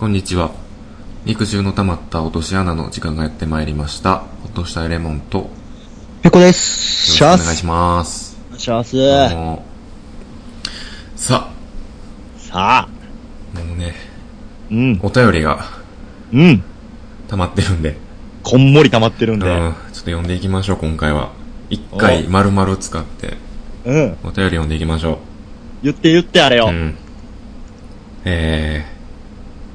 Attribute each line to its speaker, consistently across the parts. Speaker 1: こんにちは。肉汁の溜まった落とし穴の時間がやってまいりました。ほっとしたいレモンと、よ
Speaker 2: ペコです。
Speaker 1: ろし
Speaker 2: シ
Speaker 1: くお
Speaker 2: ャー
Speaker 1: 願い
Speaker 2: ス
Speaker 1: し。ます。
Speaker 2: シャース。
Speaker 1: あのさ
Speaker 2: さあ。
Speaker 1: あ、もうね、
Speaker 2: うん。
Speaker 1: お便りが
Speaker 2: うん。
Speaker 1: 溜まってるんで、
Speaker 2: こんもり溜まってるん
Speaker 1: うん、ち
Speaker 2: で。
Speaker 1: ょっと読んでいきましょう、今回は。一回丸々使って、
Speaker 2: うん。
Speaker 1: お便り読んでいきましょ
Speaker 2: 言って言ってあれ
Speaker 1: う。
Speaker 2: よ
Speaker 1: う。ん。え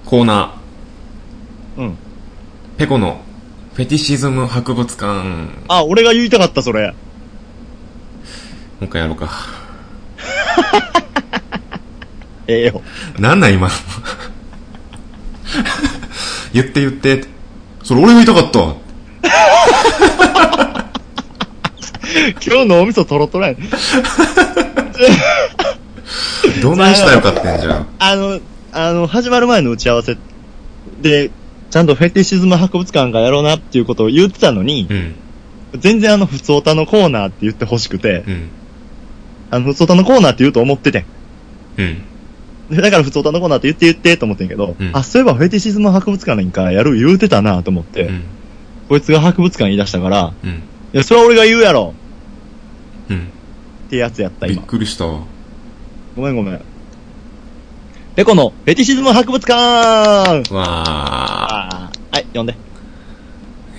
Speaker 1: ー、コーナ
Speaker 2: うん。
Speaker 1: ー、ペコのフェティシズム博物館、も
Speaker 2: あ、俺が言いたかった、それ。
Speaker 1: う一回やろうか。
Speaker 2: ええよ。
Speaker 1: なんなん今の 言って言って。それ俺が言いたかった。
Speaker 2: 今日のお味噌トロトロやね。
Speaker 1: どないしたらよかったんじゃん。
Speaker 2: あの、あの、始まる前の打ち合わせで、ちゃんとフェティシズム博物館がやろうなっていうことを言ってたのに
Speaker 1: う、ん、
Speaker 2: 全然あの、普通歌のコーナーって言ってほしくて、
Speaker 1: うん、
Speaker 2: あの、普通歌のコーナーって言うと思っててん。
Speaker 1: うん。
Speaker 2: でだから普通歌のコーナーって言って言ってと思ってんけど、
Speaker 1: うん
Speaker 2: あ、そういえばフェティシズム博物館なんかやる言うてたなと思って、
Speaker 1: うん、
Speaker 2: こいつが博物館言い出したから、
Speaker 1: うん、
Speaker 2: いや、それは俺が言うやろ
Speaker 1: うん。
Speaker 2: ってやつやった、
Speaker 1: びっ
Speaker 2: 今。
Speaker 1: くりしたわ。
Speaker 2: ごめんごめん。ペコのフェティシズム博物館
Speaker 1: わ
Speaker 2: あーはい、呼んで。
Speaker 1: ー。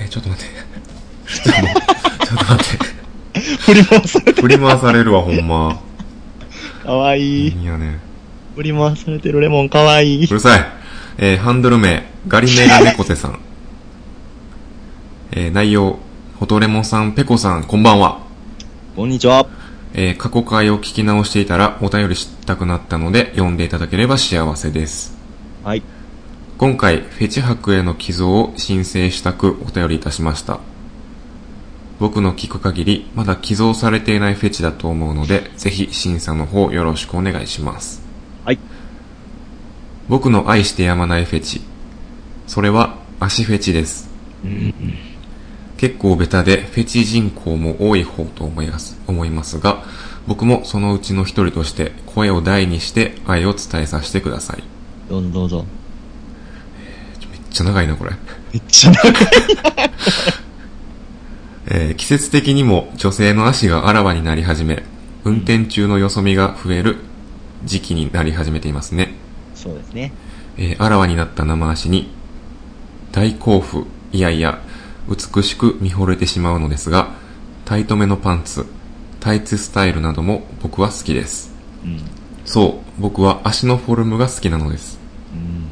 Speaker 1: え、ちょっと待って。ちょっともうちょっと待って。
Speaker 2: 振り回されて
Speaker 1: 振り回されるわ、ほんま。
Speaker 2: る。かわいい。
Speaker 1: いやね。。
Speaker 2: 振り回されてるレモンかわいいう
Speaker 1: るさい。えーハンドル名、ガリメガネコテさん。えー内容、ホトレモさん、ペコさん、こんばんは。
Speaker 2: こんにちは。
Speaker 1: えー過去回を聞き直していたらお便りしたくなったので読んでいただければ幸せです。
Speaker 2: はい。
Speaker 1: 今回、フェチ博への寄贈を申請したくお便りいたしました。僕の聞く限り、まだ寄贈されていないフェチだと思うので、ぜひ審査の方よろしくお願いします。
Speaker 2: はい。
Speaker 1: 僕の愛してやまないフェチ。それは、足フェチです。結構ベタでフェチ人口も多い方と思います思いますが、僕もそのうちの一人として声を大にして愛を伝えさせてください。
Speaker 2: どうぞどうぞ。
Speaker 1: めっちゃ長いな、これ。
Speaker 2: めっちゃ長い。
Speaker 1: えー季節的にも女性の足があらわになり始め、運転中のよそ見が増える時期になり始めていますね。
Speaker 2: そうですね。
Speaker 1: えーあらわになった生足に、大興奮、いやいや、美しく見惚れてしまうのですが、タイトめのパンツ、タイツスタイルなども僕は好きです。
Speaker 2: うん。
Speaker 1: そう、僕は足のフォルムが好きなのです。
Speaker 2: うん。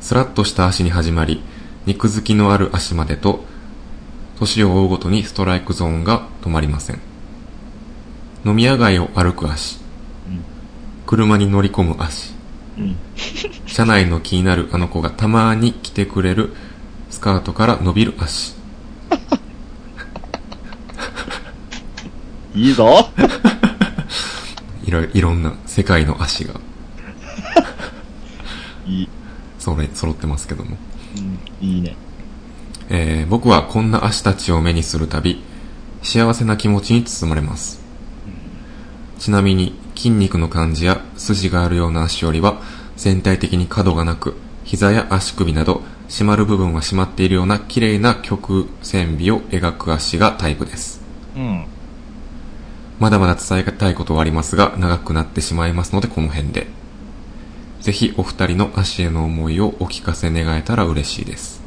Speaker 1: スラッとした足に始まり、肉付きのある足までと、年を追うごとにストライクゾーンが止まりません。飲み屋街を歩く足、
Speaker 2: うん
Speaker 1: 車に乗り込む足、
Speaker 2: うん。
Speaker 1: 車内の気になるあの子がたまに着てくれるスカートから伸びる足。
Speaker 2: いいぞ。
Speaker 1: いろ、いろんな世界の足が、
Speaker 2: いい。
Speaker 1: それ、揃ってますけども。
Speaker 2: うん。いいね。
Speaker 1: えー僕はこんな足たちを目にするたび、幸せな気持ちに包まれます。ちなみに、筋肉の感じや筋があるような足よりは、全体的に角がなく、膝や足首など、締まる部分は締まっているような綺麗な曲線美を描く足がタイプです。
Speaker 2: うん。
Speaker 1: まだまだ伝えたいことはありますが、長くなってしまいますので、この辺で。ぜひ、お二人の足への思いをお聞かせ願えたら嬉しいです。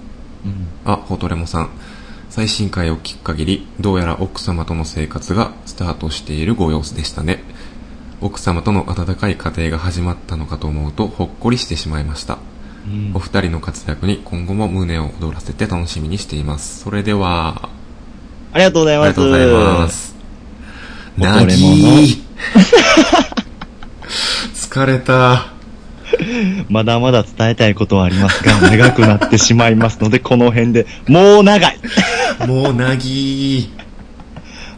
Speaker 2: うん。
Speaker 1: あ、ホトレモさん。最新回を聞く限り、どうやら奥様との生活がスタートしているご様子でしたね。奥様との温かい家庭が始まったのかと思うと、ほっこりしてしまいました。
Speaker 2: うん
Speaker 1: お二人の活躍に今後も胸を躍らせて楽しみにしています。それでは、
Speaker 2: ありがとうござい
Speaker 1: あ
Speaker 2: ま
Speaker 1: り
Speaker 2: す。
Speaker 1: がとうございます。なぎ
Speaker 2: ホトレモの
Speaker 1: ー 疲れた。
Speaker 2: まだまだ伝えたいことはありますが、長くなってしまいますので、この辺で、もう長い
Speaker 1: もうなぎ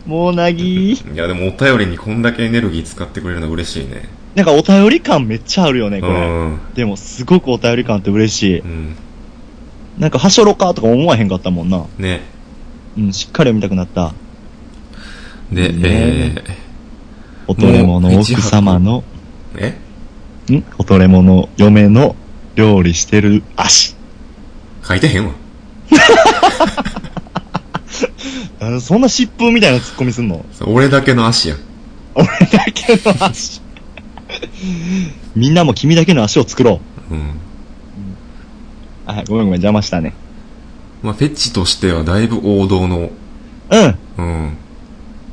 Speaker 1: ー。
Speaker 2: もうなぎ
Speaker 1: いや、でもお便りにこんだけエネルギー使ってくれるの嬉しいね。
Speaker 2: なんかお便り感めっちゃあるよね、こ
Speaker 1: う
Speaker 2: れ。
Speaker 1: ん。
Speaker 2: でも、すごくお便り感って嬉し
Speaker 1: うん。
Speaker 2: い。なんか、はしょろかとか思わへんかったもんな。
Speaker 1: ね。
Speaker 2: うん、しっかり読みたくなった。
Speaker 1: で、
Speaker 2: ね
Speaker 1: えー、
Speaker 2: おとれもの奥様の、
Speaker 1: え
Speaker 2: んおとれもの嫁の料理してる足。
Speaker 1: 書いてへんわ。
Speaker 2: あそんな疾風みたいな突っ込みす んの
Speaker 1: 俺だけの足や。
Speaker 2: 俺だけの足。みんなも君だけの足を作ろ
Speaker 1: うん。
Speaker 2: う。はい、ごめんごめん、邪魔したね。
Speaker 1: まあ、フェチとしてはだいぶ王道の、
Speaker 2: うん。
Speaker 1: うん。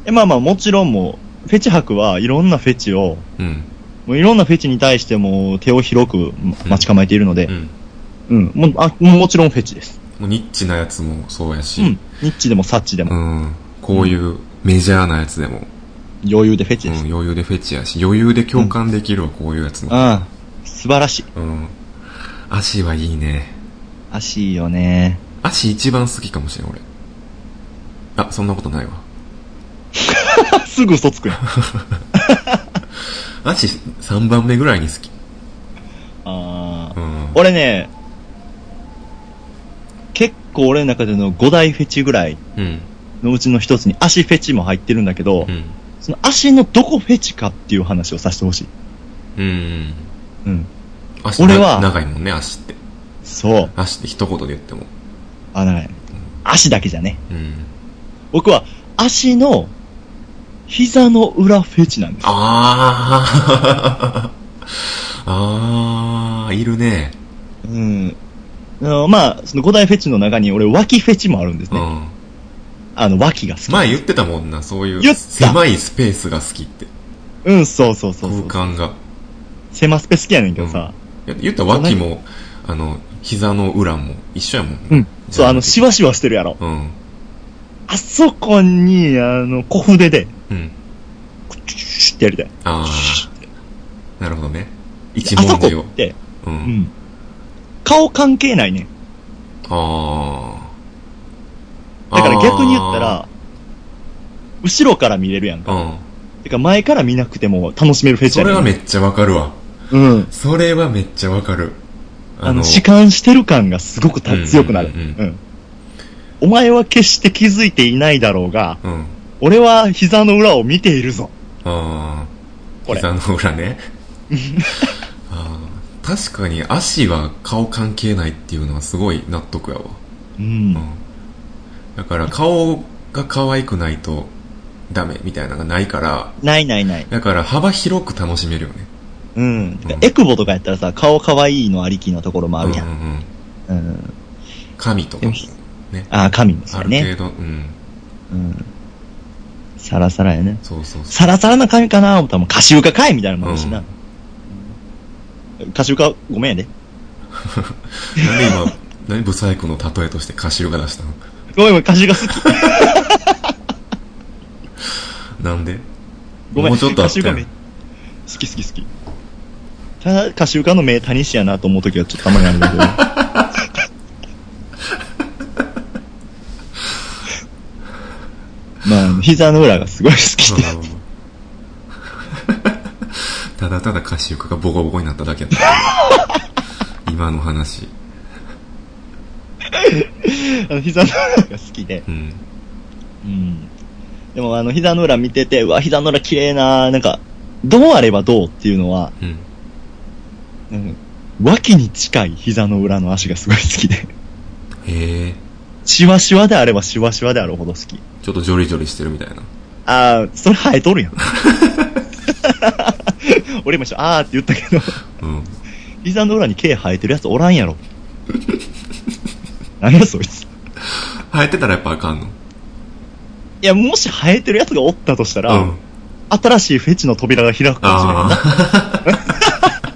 Speaker 2: え、まあまあ、もちろんもう、フェチ博はいろんなフェチを、
Speaker 1: うん。
Speaker 2: もういろんなフェチに対してもう手を広くま待ち構えているので
Speaker 1: う、ん。
Speaker 2: うん、もうあ、もちろんフェチです。
Speaker 1: もうニッチなやつもそうや
Speaker 2: う
Speaker 1: し、
Speaker 2: ん。ニッチでもサッチでも、
Speaker 1: うんこういうメジャーなやつでも、
Speaker 2: 余裕でフェチ
Speaker 1: うん
Speaker 2: です。
Speaker 1: 余裕でフェチやし、余裕で共感できるわ、こういうやつも。
Speaker 2: ああ、素晴らしい。
Speaker 1: うん。足はいいね。
Speaker 2: 足いいよね。
Speaker 1: 足一番好きかもしれん、俺。あ、そんなことないわ。
Speaker 2: すぐ嘘つくやん。
Speaker 1: 足3番目ぐらいに好き。
Speaker 2: あ
Speaker 1: う
Speaker 2: あ。
Speaker 1: ん。
Speaker 2: 俺ね、結構俺の中での5大フェチぐらい
Speaker 1: うん。
Speaker 2: のうちの一つに足フェチも入ってるんだけど、
Speaker 1: うん。
Speaker 2: その足のどこフェチかっていう話をさせてほしい。
Speaker 1: うん。
Speaker 2: うん。
Speaker 1: 足
Speaker 2: 俺は
Speaker 1: 長いもんね、足って。
Speaker 2: そう。
Speaker 1: 足って一言で言っても。
Speaker 2: あ、ない。足だけじゃね。
Speaker 1: うん。
Speaker 2: 僕は足の膝の裏フェチなんです。
Speaker 1: あー。 あー、いるね。
Speaker 2: うん。あのまあ、その五大フェチの中に俺脇フェチもあるんです
Speaker 1: う
Speaker 2: ね。
Speaker 1: ん。
Speaker 2: あの脇が好き。
Speaker 1: 前言ってたもんな、そうい
Speaker 2: 言
Speaker 1: う
Speaker 2: った
Speaker 1: 狭いスペースが好きって。
Speaker 2: うん、そうそうそうそ
Speaker 1: 空
Speaker 2: う。
Speaker 1: 間が。
Speaker 2: 狭スペ好きやねんけどさ。
Speaker 1: いや言ったら脇も、あの、膝の裏も一緒やもん。
Speaker 2: うん。そう、あの、シワシワしてるやろ。
Speaker 1: うん。
Speaker 2: あそこに、あの、小筆で、
Speaker 1: うん。
Speaker 2: クチュチュチュってやりたい。
Speaker 1: ああ。なるほどね。一
Speaker 2: あそ
Speaker 1: 文
Speaker 2: こ
Speaker 1: 字を
Speaker 2: っ。て、
Speaker 1: う。
Speaker 2: うんん。顔関係ないねん。
Speaker 1: ああ。
Speaker 2: だから逆に言ったら、後ろから見れるやん
Speaker 1: あ
Speaker 2: か。
Speaker 1: ー、うん。
Speaker 2: てか前から見なくても楽しめるフェチ
Speaker 1: そ
Speaker 2: やね
Speaker 1: れ
Speaker 2: ん。
Speaker 1: はめっちゃわかるわ。
Speaker 2: うん。
Speaker 1: それはめっちゃわかる。
Speaker 2: あの、弛緩してる感がすごくた強くなる。
Speaker 1: うんうんう
Speaker 2: うんお前は決して気づいていないだろうが、
Speaker 1: うん。
Speaker 2: 俺は膝の裏を見ているぞ。
Speaker 1: ああ。
Speaker 2: これ
Speaker 1: 膝の裏 ね。ああ。確かに足は顔関係ないっていうのはすごい納得やわ。
Speaker 2: うん
Speaker 1: う。ん。だから顔が可愛くないとダメみたいなのがないから、
Speaker 2: ないないない。
Speaker 1: だから幅広く楽しめるよね。
Speaker 2: うん。てか
Speaker 1: うん
Speaker 2: エクボとかやったらさ、顔可愛いのありきのところも
Speaker 1: う
Speaker 2: ある
Speaker 1: んう
Speaker 2: や。
Speaker 1: んうんん。
Speaker 2: うん。
Speaker 1: 神とか
Speaker 2: よ。しああ、神もそ
Speaker 1: あ
Speaker 2: う
Speaker 1: る
Speaker 2: ね。
Speaker 1: 程度、うん。
Speaker 2: うん。サラサラやね。
Speaker 1: そうそうそ
Speaker 2: サラサラな髪かな思ったらもう、カシウカかいみたいなのもあるしな。カシウカ、ごめんや
Speaker 1: う。
Speaker 2: で。
Speaker 1: なんで 今、何ブサイクの例えとして歌手が出したの
Speaker 2: ごめんごめん、カシウカ好き。
Speaker 1: なんで
Speaker 2: ごめん、
Speaker 1: もうちょっとあっ
Speaker 2: カ
Speaker 1: た
Speaker 2: シウ
Speaker 1: や
Speaker 2: カ
Speaker 1: ん
Speaker 2: め好き好き好き。ただ、カシウカの目、タニシやなと思うときはちょっとたまにあるんだ けど。まあ、膝の裏がすごい好きで。
Speaker 1: うんただただ歌手がボコボコになっただけやった。今の話。
Speaker 2: あの膝の裏が好きで。
Speaker 1: うん。
Speaker 2: うん。でも、あの、膝の裏見てて、うわ、膝の裏綺麗な、なんか、どうあればどうっていうのは、
Speaker 1: うん。
Speaker 2: うん、脇に近い膝の裏の足がすごい好きで。
Speaker 1: へえ。
Speaker 2: シワシワであればシワシワであるほど好き。
Speaker 1: ちょっとジョリジョリしてるみたいな。
Speaker 2: あー、それ生えとるやん。 俺も一緒、あーって言ったけど、
Speaker 1: うん。
Speaker 2: 膝の裏に毛生えてるやつおらんやろ。何やそいつ。い
Speaker 1: 生えてたらやっぱあかんの
Speaker 2: や、もし生えてるやつがおったとしたら、
Speaker 1: うん。
Speaker 2: 新しいフェチの扉が開くかもしれないな。
Speaker 1: あ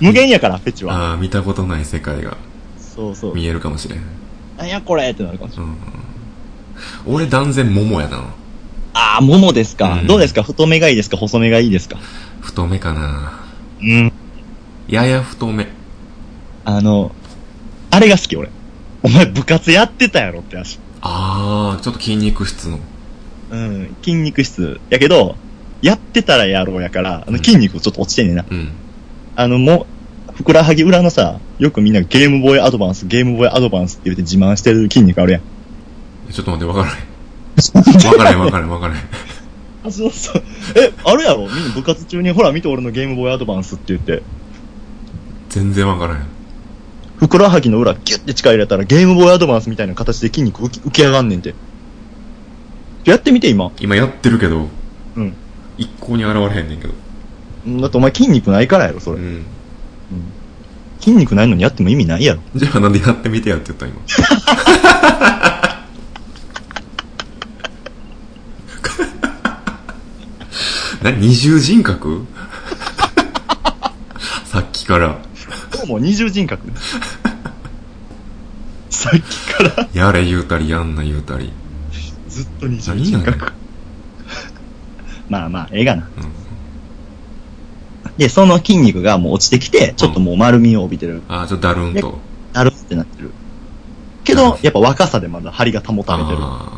Speaker 2: 無限やから、フェチ
Speaker 1: ー
Speaker 2: は。
Speaker 1: あー、見たことない世界が
Speaker 2: そうそう。
Speaker 1: 見えるかもしれん。
Speaker 2: 何やこれってなるかもしれない。
Speaker 1: うん。俺断然桃やな。
Speaker 2: ああ、ももですか、
Speaker 1: うん
Speaker 2: どうですか太めがいいですか細めがいいですか
Speaker 1: 太めかな。
Speaker 2: うん。
Speaker 1: やや太め。
Speaker 2: あの、あれが好き、俺。お前部活やってたやろって足。
Speaker 1: あー、ちょっと筋肉質の。
Speaker 2: うん。筋肉質。やけど、やってたらやろうやから、あの筋肉ちょっと落ちてんねんな。
Speaker 1: うん。
Speaker 2: あの、もう、ふくらはぎ裏のさ、よくみんなゲームボーイアドバンス、ゲームボーイアドバンスって言って自慢してる筋肉あるやん。
Speaker 1: ちょっと待って、わからへん。わからへん、わからへん、わからへん。
Speaker 2: あ、そう そう。え、あるやろみんな部活中に、ほら見て俺のゲームボーイアドバンスって言って。
Speaker 1: 全然わからへん。
Speaker 2: ふくらはぎの裏ギュッて力入れたらゲームボーイアドバンスみたいな形で筋肉浮き浮き上がんねんて。やってみて今。
Speaker 1: 今やってるけど、
Speaker 2: うん。
Speaker 1: 一向に現れへんねんけど。
Speaker 2: だってお前筋肉ないからやろ、そうれ。
Speaker 1: ん。
Speaker 2: 筋肉ないのにやっても意味ないやろ。
Speaker 1: じゃあなんでやってみてやって言った今。 な、二重人格 さっきから。
Speaker 2: どうも二重人 格。さっきから
Speaker 1: やれ言うたり、やんな言うたり。
Speaker 2: ずっと二重人
Speaker 1: 何やね
Speaker 2: 格。まあまあ、ええがな。
Speaker 1: うん。
Speaker 2: で、その筋肉がもう落ちてきて、ちょっともう丸みを帯びてる。
Speaker 1: ああ、ちょっとだるんと。
Speaker 2: なるってなってる。けど、やっぱ若さでまだ張りが保たれてる。
Speaker 1: あー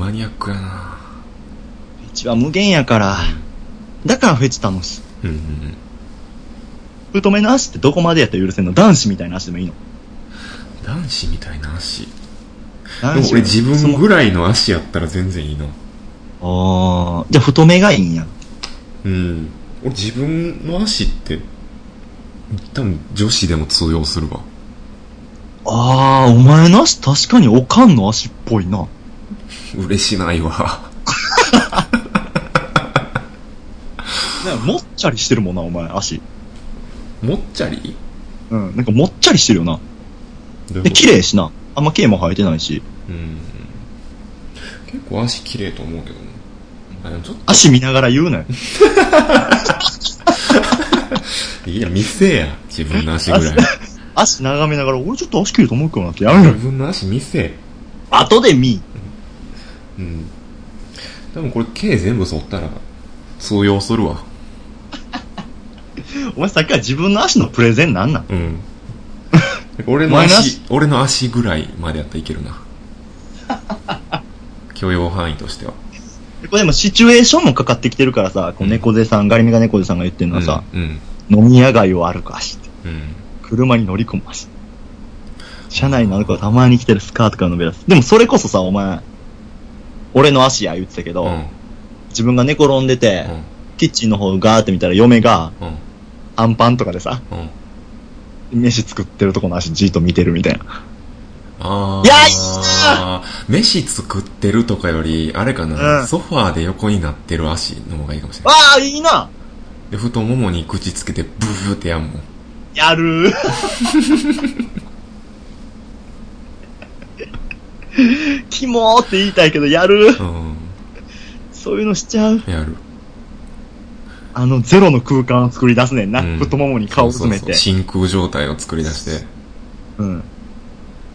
Speaker 1: マニアックやな
Speaker 2: フェチは無限やから。だからフェチ楽しい。
Speaker 1: うんうんうん。
Speaker 2: 太めの足ってどこまでやったら許せんの男子みたいな足でもいいの
Speaker 1: 男子みたいな足。で
Speaker 2: 男
Speaker 1: も
Speaker 2: 子
Speaker 1: 俺自分
Speaker 2: らい。
Speaker 1: ぐらいの足やったら全然いいな。
Speaker 2: あーじゃあ太めがいいんや。
Speaker 1: うん。俺自分の足って、多分女子でも通用するわ。
Speaker 2: あー、お前の足確かにおかんの足っぽいな。
Speaker 1: 嬉しないわ。
Speaker 2: なんかもっちゃりしてるもんな、お前、足。
Speaker 1: もっちゃり
Speaker 2: うん、なんかもっちゃりしてるよな。
Speaker 1: どういうこ
Speaker 2: で、
Speaker 1: と
Speaker 2: 綺麗やしな。あんま毛も生えてないし。
Speaker 1: うん。結構足綺麗と思うけどね。あ、でもちょっ
Speaker 2: 足見ながら言うなよ。
Speaker 1: と、いや、見せえや。自分の足ぐらい。
Speaker 2: 足眺めながら、俺ちょっと足切ると思うけどなってやめろ
Speaker 1: 自
Speaker 2: よ。
Speaker 1: 分の足見せえ。
Speaker 2: 後で見い。
Speaker 1: うん。多分これ、毛全部剃ったら、通用するわ。
Speaker 2: お前さっきから自分の足のプレゼンなんなん
Speaker 1: うん。俺の
Speaker 2: マイナ
Speaker 1: 足
Speaker 2: ス、
Speaker 1: 俺の足ぐらいまでやったらいける な。許容範囲としては。
Speaker 2: これでもシチュエーションもかかってきてるからさ、こう猫背さん、ガリメガ猫背さんが言ってるのはさ、
Speaker 1: うん。うん。
Speaker 2: 飲み屋街を歩く足って、
Speaker 1: うん。
Speaker 2: 車に乗り込む足。車内のあの子がたまに着てるスカートから伸び出す。でもそれこそさ、お前、俺の足や言ってたけど、
Speaker 1: うん。
Speaker 2: 自分が寝転んでて、
Speaker 1: うん。
Speaker 2: キッチンの方ガーって見たら嫁が、
Speaker 1: うん。
Speaker 2: アンパンとかでさ、
Speaker 1: うん。
Speaker 2: 飯作ってるとこの足じっと見てるみたいな。
Speaker 1: あー。
Speaker 2: いやいや
Speaker 1: 飯作ってるとかより、あれかな、
Speaker 2: うん
Speaker 1: ソファーで横になってる足の方がいいかもしれない。
Speaker 2: ああ、いいな
Speaker 1: で、太ももに口つけて、ブーってやんもん。
Speaker 2: やるーキモーって言いたいけど、やるー
Speaker 1: う。
Speaker 2: そういうのしちゃうん
Speaker 1: やる。
Speaker 2: あの、ゼロの空間を作り出すねんな。
Speaker 1: うん
Speaker 2: 太ももに顔を詰め
Speaker 1: そう
Speaker 2: て。
Speaker 1: そうそう真空状態を作り出して、
Speaker 2: うん。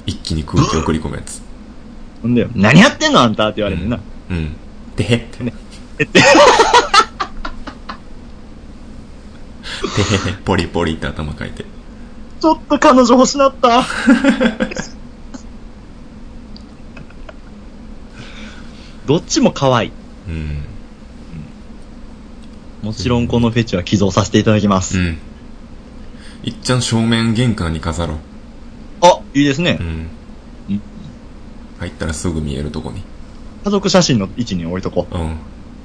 Speaker 1: 一気に空気を送り込むやつ。
Speaker 2: ほんで、何やってんのあんたって言われてんな。
Speaker 1: うん。うん。でへって。でへへ、ポリポリって頭かいて。
Speaker 2: ちょっと彼女欲しなった。 どっちも可愛い。
Speaker 1: うん。
Speaker 2: もちろんこのフェチは寄贈させていただきま
Speaker 1: う
Speaker 2: す。
Speaker 1: ん。いっちゃん正面玄関に飾ろう。
Speaker 2: あ、いいですね
Speaker 1: う。ん
Speaker 2: うん。
Speaker 1: 入ったらすぐ見えるとこに。
Speaker 2: 家族写真の位置に置いとこう。
Speaker 1: うん。うん。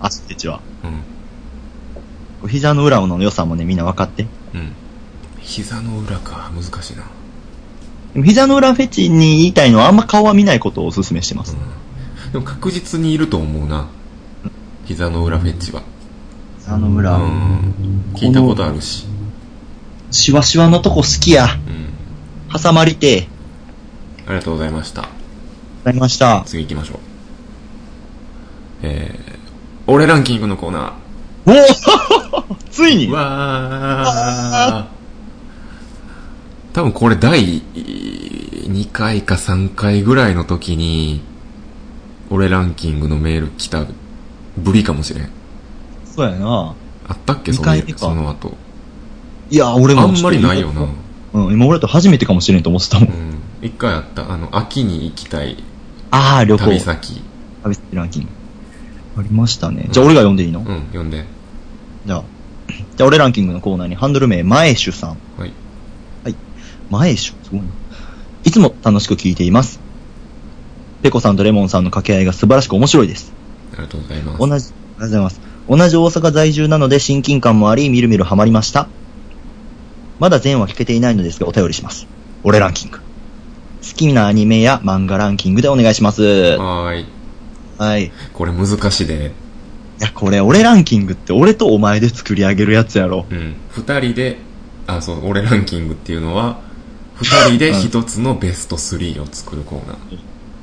Speaker 2: 足フェチは。膝の裏の良さもね、みんな分かって。
Speaker 1: うん。膝の裏か。難しいな。
Speaker 2: でも膝の裏フェチに言いたいのはあんま顔は見ないことをお勧めしてます。
Speaker 1: うん。でも確実にいると思うな。膝の裏フェッチは。
Speaker 2: 膝の
Speaker 1: う
Speaker 2: 裏、
Speaker 1: ん。聞いたことあるし。
Speaker 2: シワシワのとこ好きや。
Speaker 1: うん。
Speaker 2: 挟まりてえ。
Speaker 1: ありがとうございました。
Speaker 2: なりました。
Speaker 1: 次行きましょう。えー、俺ランキングのコーナ
Speaker 2: おお つい
Speaker 1: ー。
Speaker 2: に
Speaker 1: わー。多分これ第2回か3回ぐらいの時に、俺ランキングのメール来たぶりかもしれん。
Speaker 2: そうやな。
Speaker 1: あったっけ
Speaker 2: 二
Speaker 1: その
Speaker 2: 回目か
Speaker 1: その後。
Speaker 2: いや、俺も
Speaker 1: あんまりないよな。。
Speaker 2: うん、今俺だと初めてかもしれんと思ってたもん。
Speaker 1: うん。一回あった。あの、秋に行きたい
Speaker 2: ああ、旅行。
Speaker 1: 旅
Speaker 2: 旅先
Speaker 1: 先。
Speaker 2: ランキング。ありましたね。じゃあ俺が読んでいいの、
Speaker 1: うん、読んで。
Speaker 2: じゃあ。じゃあ俺ランキングのコーナーにハンドル名、前主さん。
Speaker 1: はい。
Speaker 2: 前主すごいな。いつも楽しく聞いています。ペコさんとレモンさんの掛け合いが素晴らしく面白いです。
Speaker 1: ありがとうございます。
Speaker 2: 同じ、ありがとうございます。同じ大阪在住なので親近感もあり、みるみるハマりました。まだ全話聞けていないのですがお便りします。俺ランキング。好きなアニメや漫画ランキングでお願いします。
Speaker 1: はーい。
Speaker 2: はい。い
Speaker 1: これ難しいで。
Speaker 2: や、これ俺ランキングって俺とお前で作り上げるやつやろ。
Speaker 1: うん。二人で、あ、そう、俺ランキングっていうのは、二人で一つのベスト3を作るコーナー。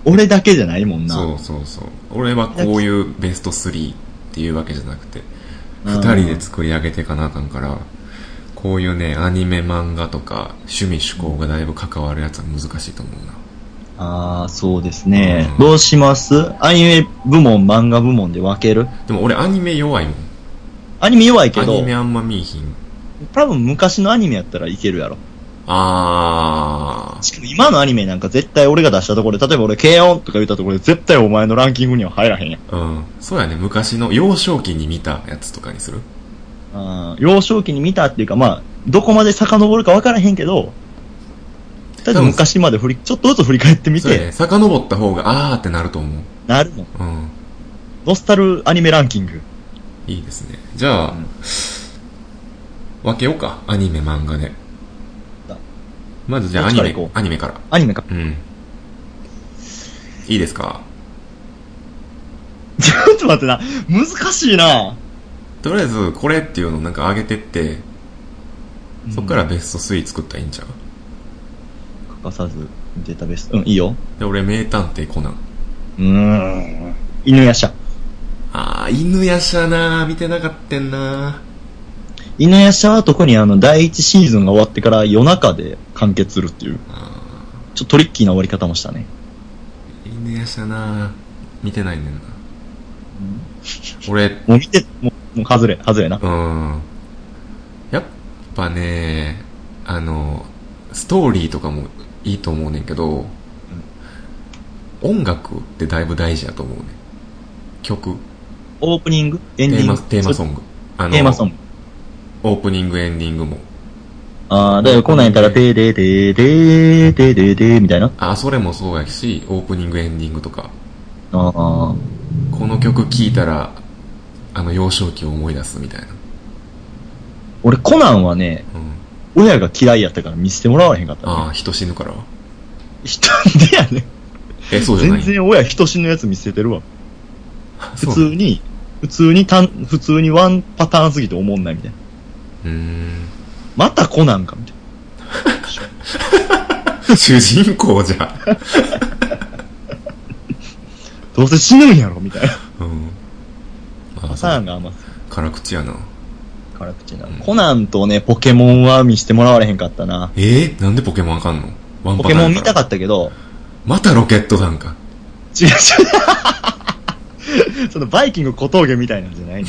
Speaker 2: 俺だけじゃないもんな。
Speaker 1: そうそうそう。俺はこういうベスト3っていうわけじゃなくて、
Speaker 2: うん
Speaker 1: 二人で作り上げていかなあかんから、こういうね、アニメ、漫画とか、趣味、趣向がだいぶ関わるやつは難しいと思うな。
Speaker 2: ああ、そうですね。
Speaker 1: うん
Speaker 2: どうしますアニメ部門、漫画部門で分ける
Speaker 1: でも俺アニメ弱いもん。
Speaker 2: アニメ弱いけ
Speaker 1: ア
Speaker 2: ど
Speaker 1: ニメ、あんま見いひん。
Speaker 2: 多分昔のアニメやったらいけるやろ。
Speaker 1: あー。
Speaker 2: しかも今のアニメなんか絶対俺が出したところで、例えば俺、軽音とか言ったところで絶対お前のランキングには入らへんやん。
Speaker 1: うん。そうやね、昔の幼少期に見たやつとかにする
Speaker 2: あー幼少期に見たっていうか、まあ、どこまで遡るか分からへんけど、だって昔まで振り、ちょっとずつ振り返ってみ
Speaker 1: そうや
Speaker 2: て、
Speaker 1: ね、遡った方が、あーってなると思う。
Speaker 2: なるもん。
Speaker 1: うん。
Speaker 2: ノスタルアニメランキング。
Speaker 1: いいですね。じゃあ、
Speaker 2: うん
Speaker 1: 分けようか。アニメ、漫画で
Speaker 2: だ。
Speaker 1: まずじゃあ
Speaker 2: ど
Speaker 1: ア
Speaker 2: っち
Speaker 1: ニ
Speaker 2: から
Speaker 1: メ
Speaker 2: 行こ、う
Speaker 1: アニメから。
Speaker 2: アニメか。
Speaker 1: うん。いいですか
Speaker 2: ちょっと待ってな。難しいな。
Speaker 1: とりあえず、これっていうのをなんか上げてって、そっからベスト3作ったらいいんちゃう、
Speaker 2: 欠かさず、データベース。うん、いいよ。
Speaker 1: で、俺、名探偵コナン。
Speaker 2: うーん。犬夜叉。
Speaker 1: あー、犬やしゃなー見てなかったんな
Speaker 2: 犬夜叉は特にあの、第一シーズンが終わってから夜中で完結するっていう。ちょっとトリッキーな終わり方もしたね。
Speaker 1: ー。犬やしゃなー見てないねんな。俺、
Speaker 2: もう見て、もう、もう外れ、外れな。
Speaker 1: うん。やっぱね、あの、ストーリーとかもいいと思うねんけど、音楽ってだいぶ大事やと思うね。曲、
Speaker 2: オープニング
Speaker 1: テ
Speaker 2: エンディ
Speaker 1: ー
Speaker 2: ン
Speaker 1: マ、
Speaker 2: グ
Speaker 1: テーマソ
Speaker 2: ン
Speaker 1: ング。あ
Speaker 2: グ。テーマソング。
Speaker 1: オープニング、エンディングも。
Speaker 2: あー、だからこんなんやったら、でーでーでーでーでーでーでーみたいな。
Speaker 1: あ、それもそうやし、オープニング、エンディングとか。
Speaker 2: あー。
Speaker 1: この曲聴いたら、あの幼少期を思い出すみたいな。
Speaker 2: 俺、コナンはね、
Speaker 1: うん。
Speaker 2: 親が嫌いやったから見せてもらわれへんかった、
Speaker 1: あ
Speaker 2: ね。
Speaker 1: あ、人死ぬからは
Speaker 2: 人でやね。
Speaker 1: え、そうじゃな
Speaker 2: 全
Speaker 1: い
Speaker 2: 然親人死ぬやつ見せてるわ。普
Speaker 1: そう
Speaker 2: 通に、普通に単、普通にワンパターンすぎて思んないみたいな。
Speaker 1: うーん。
Speaker 2: またコナンかみた いな。
Speaker 1: 主人公じゃ。
Speaker 2: どうせ死ぬんやろみたいな。
Speaker 1: うん。あ
Speaker 2: パ
Speaker 1: そ
Speaker 2: ターン
Speaker 1: う。
Speaker 2: が甘す
Speaker 1: 辛口やな。
Speaker 2: 辛口な、
Speaker 1: うん
Speaker 2: コナンとね、ポケモンは見してもらわれへんかったな。
Speaker 1: えー、なんでポケモンあかんのワン
Speaker 2: ポ
Speaker 1: パ
Speaker 2: ケ
Speaker 1: タ
Speaker 2: モ
Speaker 1: ーン
Speaker 2: ン見た
Speaker 1: か
Speaker 2: かったけど、
Speaker 1: らまたロケット団か。
Speaker 2: 違う違う。その バイキング小峠みたいなんじゃな いの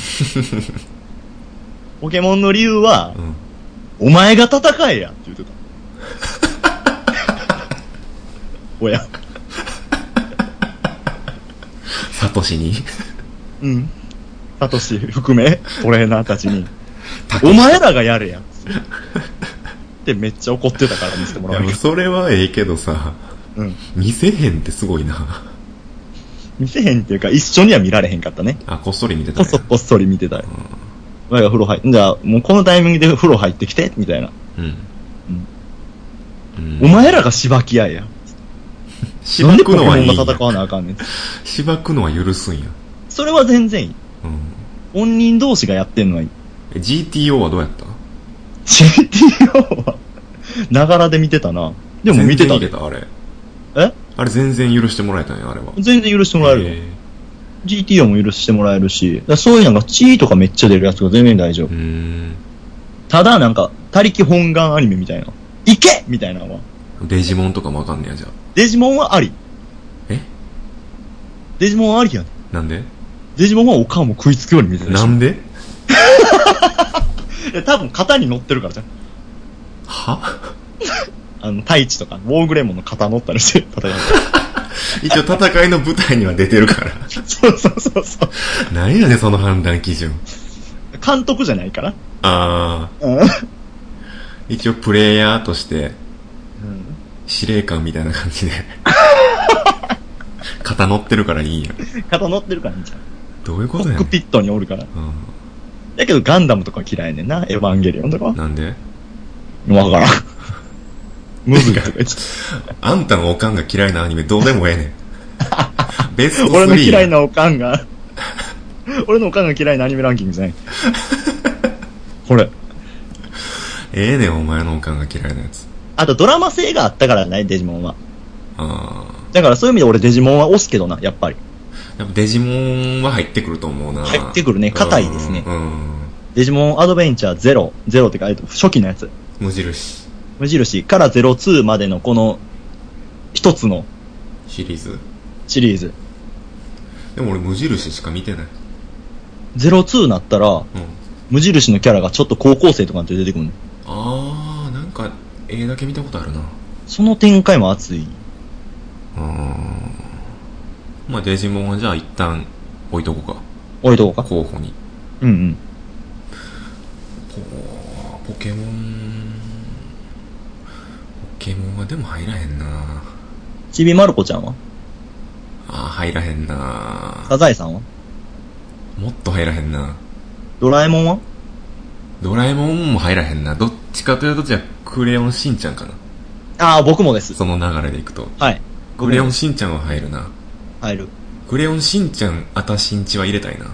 Speaker 2: ポケモンの理由は
Speaker 1: う、ん。
Speaker 2: お前が戦えやって 言ってた。おや。
Speaker 1: サトシ に。
Speaker 2: うん。サトシ含め、トレーナーたちに、
Speaker 1: たけ
Speaker 2: お前らがやれやっつって。で、めっちゃ怒ってたから見せても
Speaker 1: い
Speaker 2: らう
Speaker 1: や、それはええけどさ、
Speaker 2: うん。
Speaker 1: 見せへんってすごいな。
Speaker 2: 見せへんっていうか、一緒には見られへんかったね。
Speaker 1: あ、こっそり見てた
Speaker 2: こ
Speaker 1: ね。
Speaker 2: そこっそり見てたよ。お前が風呂入っじゃあ、もうこのタイミングで風呂入ってきて、みたいな。
Speaker 1: うん。うん
Speaker 2: お前らがしばきやや。
Speaker 1: し
Speaker 2: な
Speaker 1: ば
Speaker 2: んでポ
Speaker 1: くの
Speaker 2: ケモ
Speaker 1: はい
Speaker 2: ン
Speaker 1: い
Speaker 2: が
Speaker 1: んや。
Speaker 2: 戦わなあかんねん。
Speaker 1: しばくのは許すんや。
Speaker 2: それは全然いい。
Speaker 1: うん。
Speaker 2: 本人同士がやってんのはいい。
Speaker 1: え GTO はどうやった
Speaker 2: GTO は、ながらで見てたな。でも見てた
Speaker 1: 全然いけ
Speaker 2: で。
Speaker 1: た、あれ。
Speaker 2: え
Speaker 1: あれ全然許してもらえたんや、あれは。
Speaker 2: 全然許してもらえるよ。
Speaker 1: へ
Speaker 2: GTO も許してもらえるし、だからそういうのがチーとかめっちゃ出るやつが全然大丈夫
Speaker 1: えう。ーん。
Speaker 2: ただなんか、他力本願アニメみたいな。いけみたいなのは。
Speaker 1: デジモンとかもわかんねや、じゃあ。
Speaker 2: デジモンはあり。
Speaker 1: え
Speaker 2: デジモンはありやね
Speaker 1: なんで
Speaker 2: デジモンはおかんも食いつくように見てたでし
Speaker 1: な
Speaker 2: ょ
Speaker 1: んで
Speaker 2: いや多分型に乗ってるからじゃん。
Speaker 1: は
Speaker 2: あの、太一とか、ウォーグレモンの型乗ったりして 戦う。
Speaker 1: 一応戦いの舞台には出てるから。
Speaker 2: そうそうそうそう。
Speaker 1: 何やねんその判断基準。
Speaker 2: 監督じゃないから。
Speaker 1: ああ。
Speaker 2: うん。
Speaker 1: 一応プレイヤーとして、司令官みたいな感じ で。肩乗ってるからいいんや。
Speaker 2: 型乗ってるからいいじゃん。
Speaker 1: どういうこ
Speaker 2: コ
Speaker 1: と
Speaker 2: ッ
Speaker 1: やね
Speaker 2: ク
Speaker 1: ん。
Speaker 2: ピットにおるから。
Speaker 1: う
Speaker 2: だけどガンダムとか嫌いやねんな。エヴァンゲリオンとかは
Speaker 1: ん。。なんで
Speaker 2: エわからん。むずいとか言って
Speaker 1: あんたのおかんが嫌いなアニメどうでもええ ねん。ベスト3。
Speaker 2: 俺の嫌いなおかんが俺のおかんが嫌いなアニメランキングじゃないこれ
Speaker 1: ええねん、お前のおかんが嫌いなやつ。
Speaker 2: あとドラマ性があったからねデジモンは
Speaker 1: ああ。
Speaker 2: だからそういう意味で俺デジモンは押すけどなやっぱり
Speaker 1: やっぱデジモンは入ってくると思うな。
Speaker 2: 入ってくるね硬いですね
Speaker 1: うんうん。
Speaker 2: デジモンアドベンチャーゼロゼロってかえっと初期のやつ
Speaker 1: 無印
Speaker 2: 無印から02までのこの一つの
Speaker 1: シリーズ。
Speaker 2: シリーズ
Speaker 1: でも俺無印しか見てない。
Speaker 2: 02になったら
Speaker 1: うん。
Speaker 2: 無印のキャラがちょっと高校生とかって出てくるの
Speaker 1: あー、なんか、絵だけ見たことあるな。
Speaker 2: その展開も熱い
Speaker 1: うん。まあデジモンはじゃあ一旦置いとこうか。
Speaker 2: 置いとこうか
Speaker 1: 候補に。
Speaker 2: うんうん
Speaker 1: ポケモン、ポケモンはでも入らへんな
Speaker 2: ちびまる子ちゃんは
Speaker 1: あー入らへんな
Speaker 2: サザエさんは
Speaker 1: もっと入らへんな
Speaker 2: ドラえもんは
Speaker 1: ドラえもんも入らへんなどっちかというとじゃあクレヨンしんちゃんかな。
Speaker 2: ああ、僕もです。
Speaker 1: その流れでいくと。
Speaker 2: はい。
Speaker 1: クレヨンしんちゃんは入るな。
Speaker 2: 入る。
Speaker 1: クレヨンしんちゃん、あたしんちは入れたいな。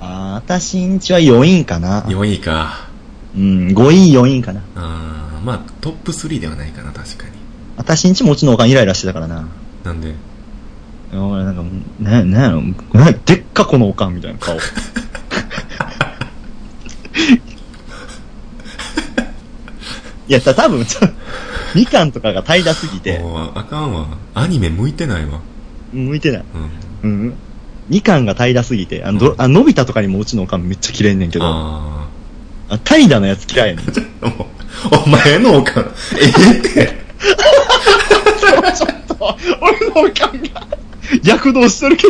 Speaker 2: あー、私んちは4位かな。
Speaker 1: 4位か。
Speaker 2: うん、5位4位かな。
Speaker 1: あー、まあトップ3ではないかな、確かに。
Speaker 2: 私んちもうちのおかんイライラしてたからな。
Speaker 1: なんで、
Speaker 2: 俺なんかもう、な、なんやろ、なんやでっかこのおかんみたいな顔。 いや、た多分ちょみかんとかが平らすぎて、
Speaker 1: もうあかんわ。アニメ向いてないわ。
Speaker 2: 向いてない。
Speaker 1: うん。
Speaker 2: うん。みかんが平らすぎて、あの、どあのび太とかにもうちのおかんめっちゃ嫌いねんけど、あ
Speaker 1: あー。
Speaker 2: 平らのやつ嫌 いやねん。
Speaker 1: もう お前のおかん、ええって。
Speaker 2: ちょっと、俺のおかんが躍動してるけ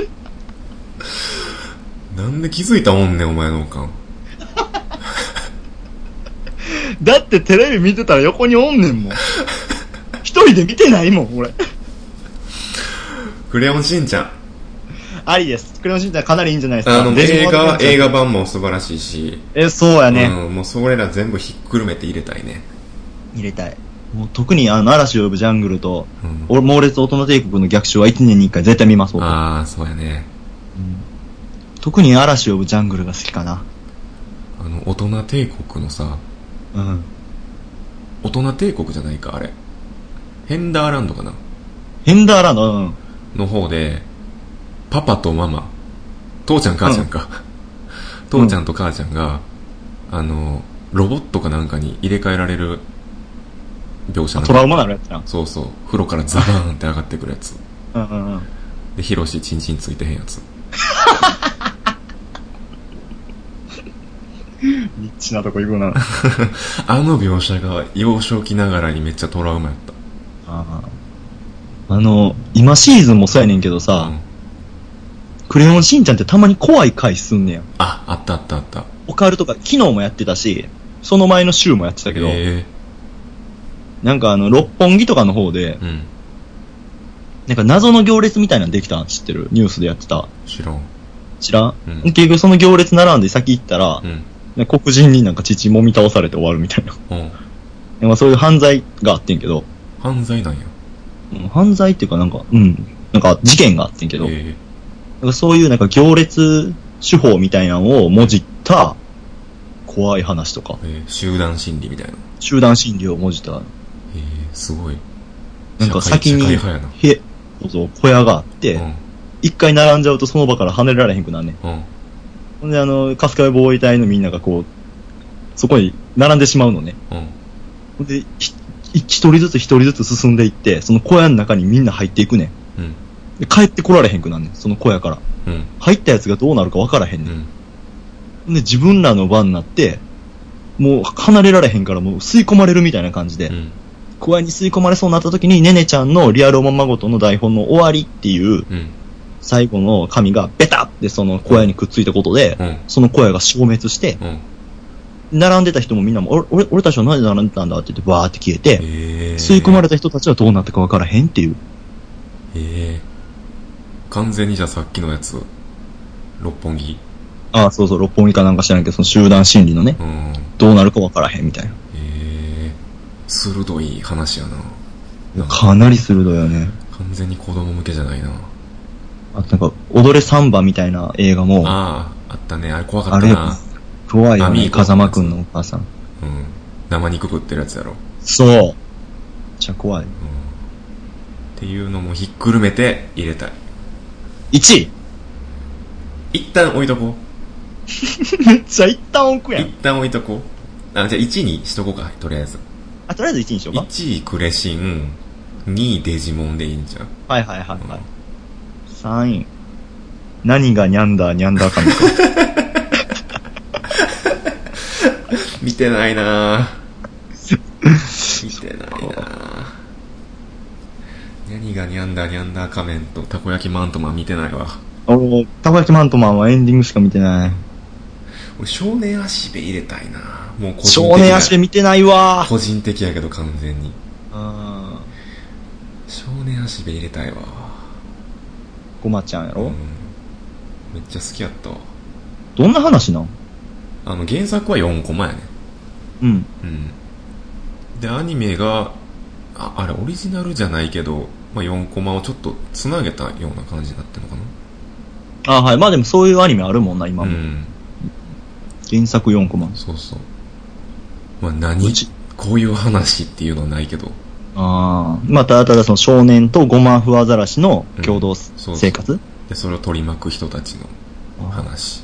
Speaker 2: ど。
Speaker 1: なんで気づいたもんねん、お前のおかん。
Speaker 2: だってテレビ見てたら横におんねんもん。一人で見てないもん、俺。
Speaker 1: クレヨンしんちゃん。
Speaker 2: ありです。クレヨンしんちゃんかなりいいんじゃないです
Speaker 1: あ
Speaker 2: か。
Speaker 1: の、
Speaker 2: デジ
Speaker 1: 映
Speaker 2: モン
Speaker 1: 画、
Speaker 2: で
Speaker 1: 映画版も素晴らしいし、
Speaker 2: え、そうやね。
Speaker 1: うん、もうそれら全部ひっくるめて入れたいね。
Speaker 2: 入れたい。もう特にあの、嵐を呼ぶジャングルと、
Speaker 1: うん、
Speaker 2: 俺猛烈大人帝国の逆襲は1年に1回絶対見ます、僕
Speaker 1: ああ、そうやね。
Speaker 2: 特に嵐を呼ぶジャングルが好きかな。
Speaker 1: あの、大人帝国のさ、
Speaker 2: うん。
Speaker 1: 大人帝国じゃないか、あれ。ヘンダーランドかな
Speaker 2: ヘンダーランド、うん。
Speaker 1: の方で、パパとママ、父ちゃん母ちゃんか。 父ちゃんと母ちゃんが、あの、ロボットかなんかに入れ替えられる描写な
Speaker 2: トラウマなるやつな。
Speaker 1: そうそう。風呂からザバーンって上がってくるやつ。
Speaker 2: うんうんうん。
Speaker 1: で、ヒロシ、チンチンついてへんやつ。
Speaker 2: ニッチなとこ行くな。
Speaker 1: あの描写が幼少期ながらにめっちゃトラウマやっ
Speaker 2: あーあの、今シーズンもそうやねんけど
Speaker 1: た。
Speaker 2: さ、
Speaker 1: うん
Speaker 2: クレヨンしんちゃんってたまに怖い回すんねや。
Speaker 1: あ、あったあったあった。
Speaker 2: オカルとか昨日もやってたし、その前の週もやってたけど、
Speaker 1: え
Speaker 2: なんかあの、六本木とかの方で
Speaker 1: え、うん。
Speaker 2: なんか謎の行列みたいなのできたん知ってるニュースでやってた。
Speaker 1: 知らん。
Speaker 2: 知らん、
Speaker 1: うん
Speaker 2: 結局その行列並んで先行った
Speaker 1: う、
Speaker 2: ら
Speaker 1: ん。
Speaker 2: なんか黒人になんか父もみ倒されて終わるみたいな。
Speaker 1: うん。
Speaker 2: なんかそういう犯罪があってんけど、
Speaker 1: 犯罪なんや。
Speaker 2: うん犯罪っていうかなんか、うん、なんか事件があってんけ
Speaker 1: ええ
Speaker 2: ど、なんかそういうなんか行列手法みたいなのをもじった怖い話とか、
Speaker 1: ええ集団心理みたいな。
Speaker 2: 集団心理をもじた、
Speaker 1: ええすごい。
Speaker 2: なんか
Speaker 1: 社会
Speaker 2: 先に
Speaker 1: 社会派
Speaker 2: へ、そうそう、小屋があっ
Speaker 1: や
Speaker 2: て、
Speaker 1: な。
Speaker 2: 一回並んじゃうとその場から跳ねられへんくなんねん。
Speaker 1: うん。うん。
Speaker 2: ほんであの、カスカイ防衛隊のみんながこう、そこに並んでしまうのね。
Speaker 1: うん。
Speaker 2: ほんで、ひ一人ずつ一人ずつ進んでいって、その小屋の中にみんな入っていくねん。
Speaker 1: うん。
Speaker 2: で、帰ってこられへんくなんねん、その小屋から。
Speaker 1: うん。
Speaker 2: 入ったやつがどうなるかわからへんねん
Speaker 1: う。ん。
Speaker 2: で、自分らの番になって、もう離れられへんからもう吸い込まれるみたいな感じで、
Speaker 1: うん。
Speaker 2: 小屋に吸い込まれそうになった時に、ねねちゃんのリアルおままごとの台本の終わりっていう
Speaker 1: うん。
Speaker 2: 最後の紙がベタってその小屋にくっついたことで
Speaker 1: う、ん。
Speaker 2: その小屋が消滅して、
Speaker 1: うん。
Speaker 2: 並んでた人もみんなも、俺、俺俺たちは何で並んでたんだって言ってバーって消えて、
Speaker 1: ええ
Speaker 2: 吸い込まれた人たちはどうなったかわからへんっていう。
Speaker 1: ええ完全にじゃあさっきのやつ。六本木。
Speaker 2: ああ、そうそう、六本木かなんか知らんけど、その集団心理のね、
Speaker 1: うん。
Speaker 2: どうなるかわからへんみたいな。
Speaker 1: ええ鋭い話やな。なんか
Speaker 2: かなり鋭いよね。
Speaker 1: 完全に子供向けじゃないな。
Speaker 2: あとなんか、踊れサンバみたいな映画も、
Speaker 1: ああ、あったね。あれ怖か
Speaker 2: あ
Speaker 1: った
Speaker 2: れ
Speaker 1: な。、
Speaker 2: 怖いよ
Speaker 1: アミー
Speaker 2: ね。
Speaker 1: ゴ
Speaker 2: 風間くんのお母さん。
Speaker 1: うん。生肉食ってるやつやろ。うん。っ
Speaker 2: そう。めっちゃ怖い。
Speaker 1: ていうのもひっくるめて入れたい。
Speaker 2: 1位
Speaker 1: 一旦置いとこ
Speaker 2: めっちゃ一旦置く
Speaker 1: う。
Speaker 2: や
Speaker 1: 一
Speaker 2: ん。
Speaker 1: 旦置いとこう。あ、じゃあ1位にしとこうか、とりあえず。
Speaker 2: あ、とりあえず1位にしようか。
Speaker 1: 1位クレシン、2位デジモンでいいんじゃん。
Speaker 2: はいはいはいはい。3位。何がニャンダーニャンダー かみたいな
Speaker 1: 見てない なぁ。見てないなぁ。何がニャンダーニャンダー仮面とたこ焼きマントマン見てないわ。
Speaker 2: 俺も、たこ焼きマントマンはエンディングしか見てない。
Speaker 1: 俺少年足部入れたいなぁ。もう個人的
Speaker 2: 少年足で
Speaker 1: や
Speaker 2: 見てないわ
Speaker 1: 個人的やけど完全に。
Speaker 2: うん。
Speaker 1: 少年足部入れたいわ。
Speaker 2: ごまちゃんや
Speaker 1: うん
Speaker 2: ろ。
Speaker 1: めっちゃ好きやったわ。
Speaker 2: どんな話なん
Speaker 1: あの原作は4コマやね。
Speaker 2: うん。
Speaker 1: うん。で、アニメが、ああれ、オリジナルじゃないけど、まあ、4コマをちょっとつなげたような感じになってるのかな。
Speaker 2: あ、はい。まあでもそういうアニメあるもんな、今
Speaker 1: う
Speaker 2: も。
Speaker 1: ん。
Speaker 2: 原作4コマ。
Speaker 1: そうそう。まあ、何
Speaker 2: うち
Speaker 1: こういう話っていうのはないけど。
Speaker 2: ああ。まあ、ただただその少年とゴマフアザラシの共同
Speaker 1: そうそう
Speaker 2: 生活
Speaker 1: で、それを取り巻く人たちの話。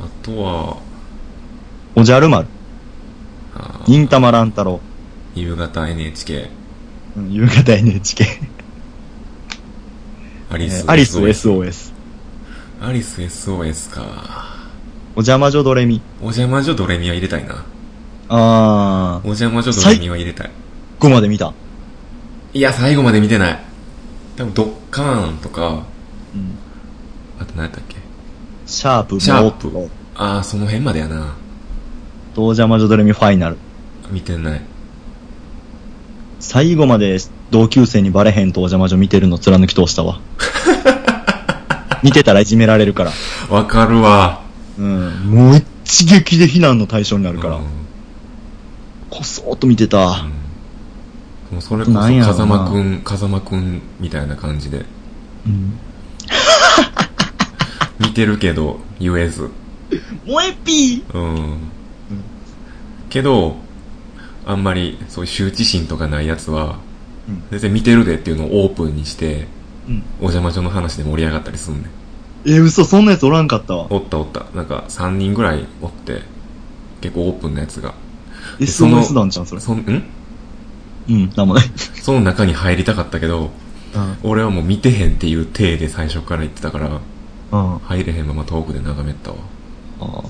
Speaker 1: あとは、
Speaker 2: おじゃる丸、
Speaker 1: あー
Speaker 2: 忍たま乱太郎、
Speaker 1: 夕方 NHK、
Speaker 2: うん夕方 NHK、
Speaker 1: アリ
Speaker 2: え
Speaker 1: ス、
Speaker 2: ーアリス SOS、
Speaker 1: アリス SOS か。
Speaker 2: お邪魔女ドレミ。
Speaker 1: お邪魔女ドレミは入れたいな。
Speaker 2: あ
Speaker 1: お邪魔女ドレミは入れたい。
Speaker 2: あ、ここまで見た。
Speaker 1: いや、最後まで見てない。多分、ドッカーンとか、
Speaker 2: うん
Speaker 1: あと何やったっけ
Speaker 2: シャープ、
Speaker 1: シャー
Speaker 2: モ
Speaker 1: プ
Speaker 2: ープ、
Speaker 1: あー、その辺までやな。
Speaker 2: とお邪魔女ドレミファイナル。
Speaker 1: 見てない。
Speaker 2: 最後まで同級生にバレへんとお邪魔女見てるの貫き通した わ。見てたらいじめられるから。
Speaker 1: わかるわ。
Speaker 2: うん。もう一撃で非難の対象になるから。
Speaker 1: うん
Speaker 2: こそーっと見てた。
Speaker 1: もうそれこそ、
Speaker 2: なんやろな
Speaker 1: 風間くん、風間くんみたいな感じで。
Speaker 2: うん。
Speaker 1: 見てるけど、言えず。
Speaker 2: 萌えピー
Speaker 1: うん。けど、あんまり、そういう羞恥心とかないやつは、
Speaker 2: うん
Speaker 1: 全然見てるでっていうのをオープンにして、
Speaker 2: うん。
Speaker 1: お邪魔女の話で盛り上がったりすんねん。
Speaker 2: えー、嘘、そんなやつおらんかったわ。
Speaker 1: おったおった。なんか、3人ぐらいおって、結構オープンなやつが。その
Speaker 2: SOS なんじゃん、それ。
Speaker 1: そん、ん
Speaker 2: うん、なんもない。
Speaker 1: その中に入りたかったけど、
Speaker 2: うん。
Speaker 1: 俺はもう見てへんっていう体で最初から言ってたから、
Speaker 2: あ
Speaker 1: 入れへんまま遠くで眺めてたわ。
Speaker 2: あ。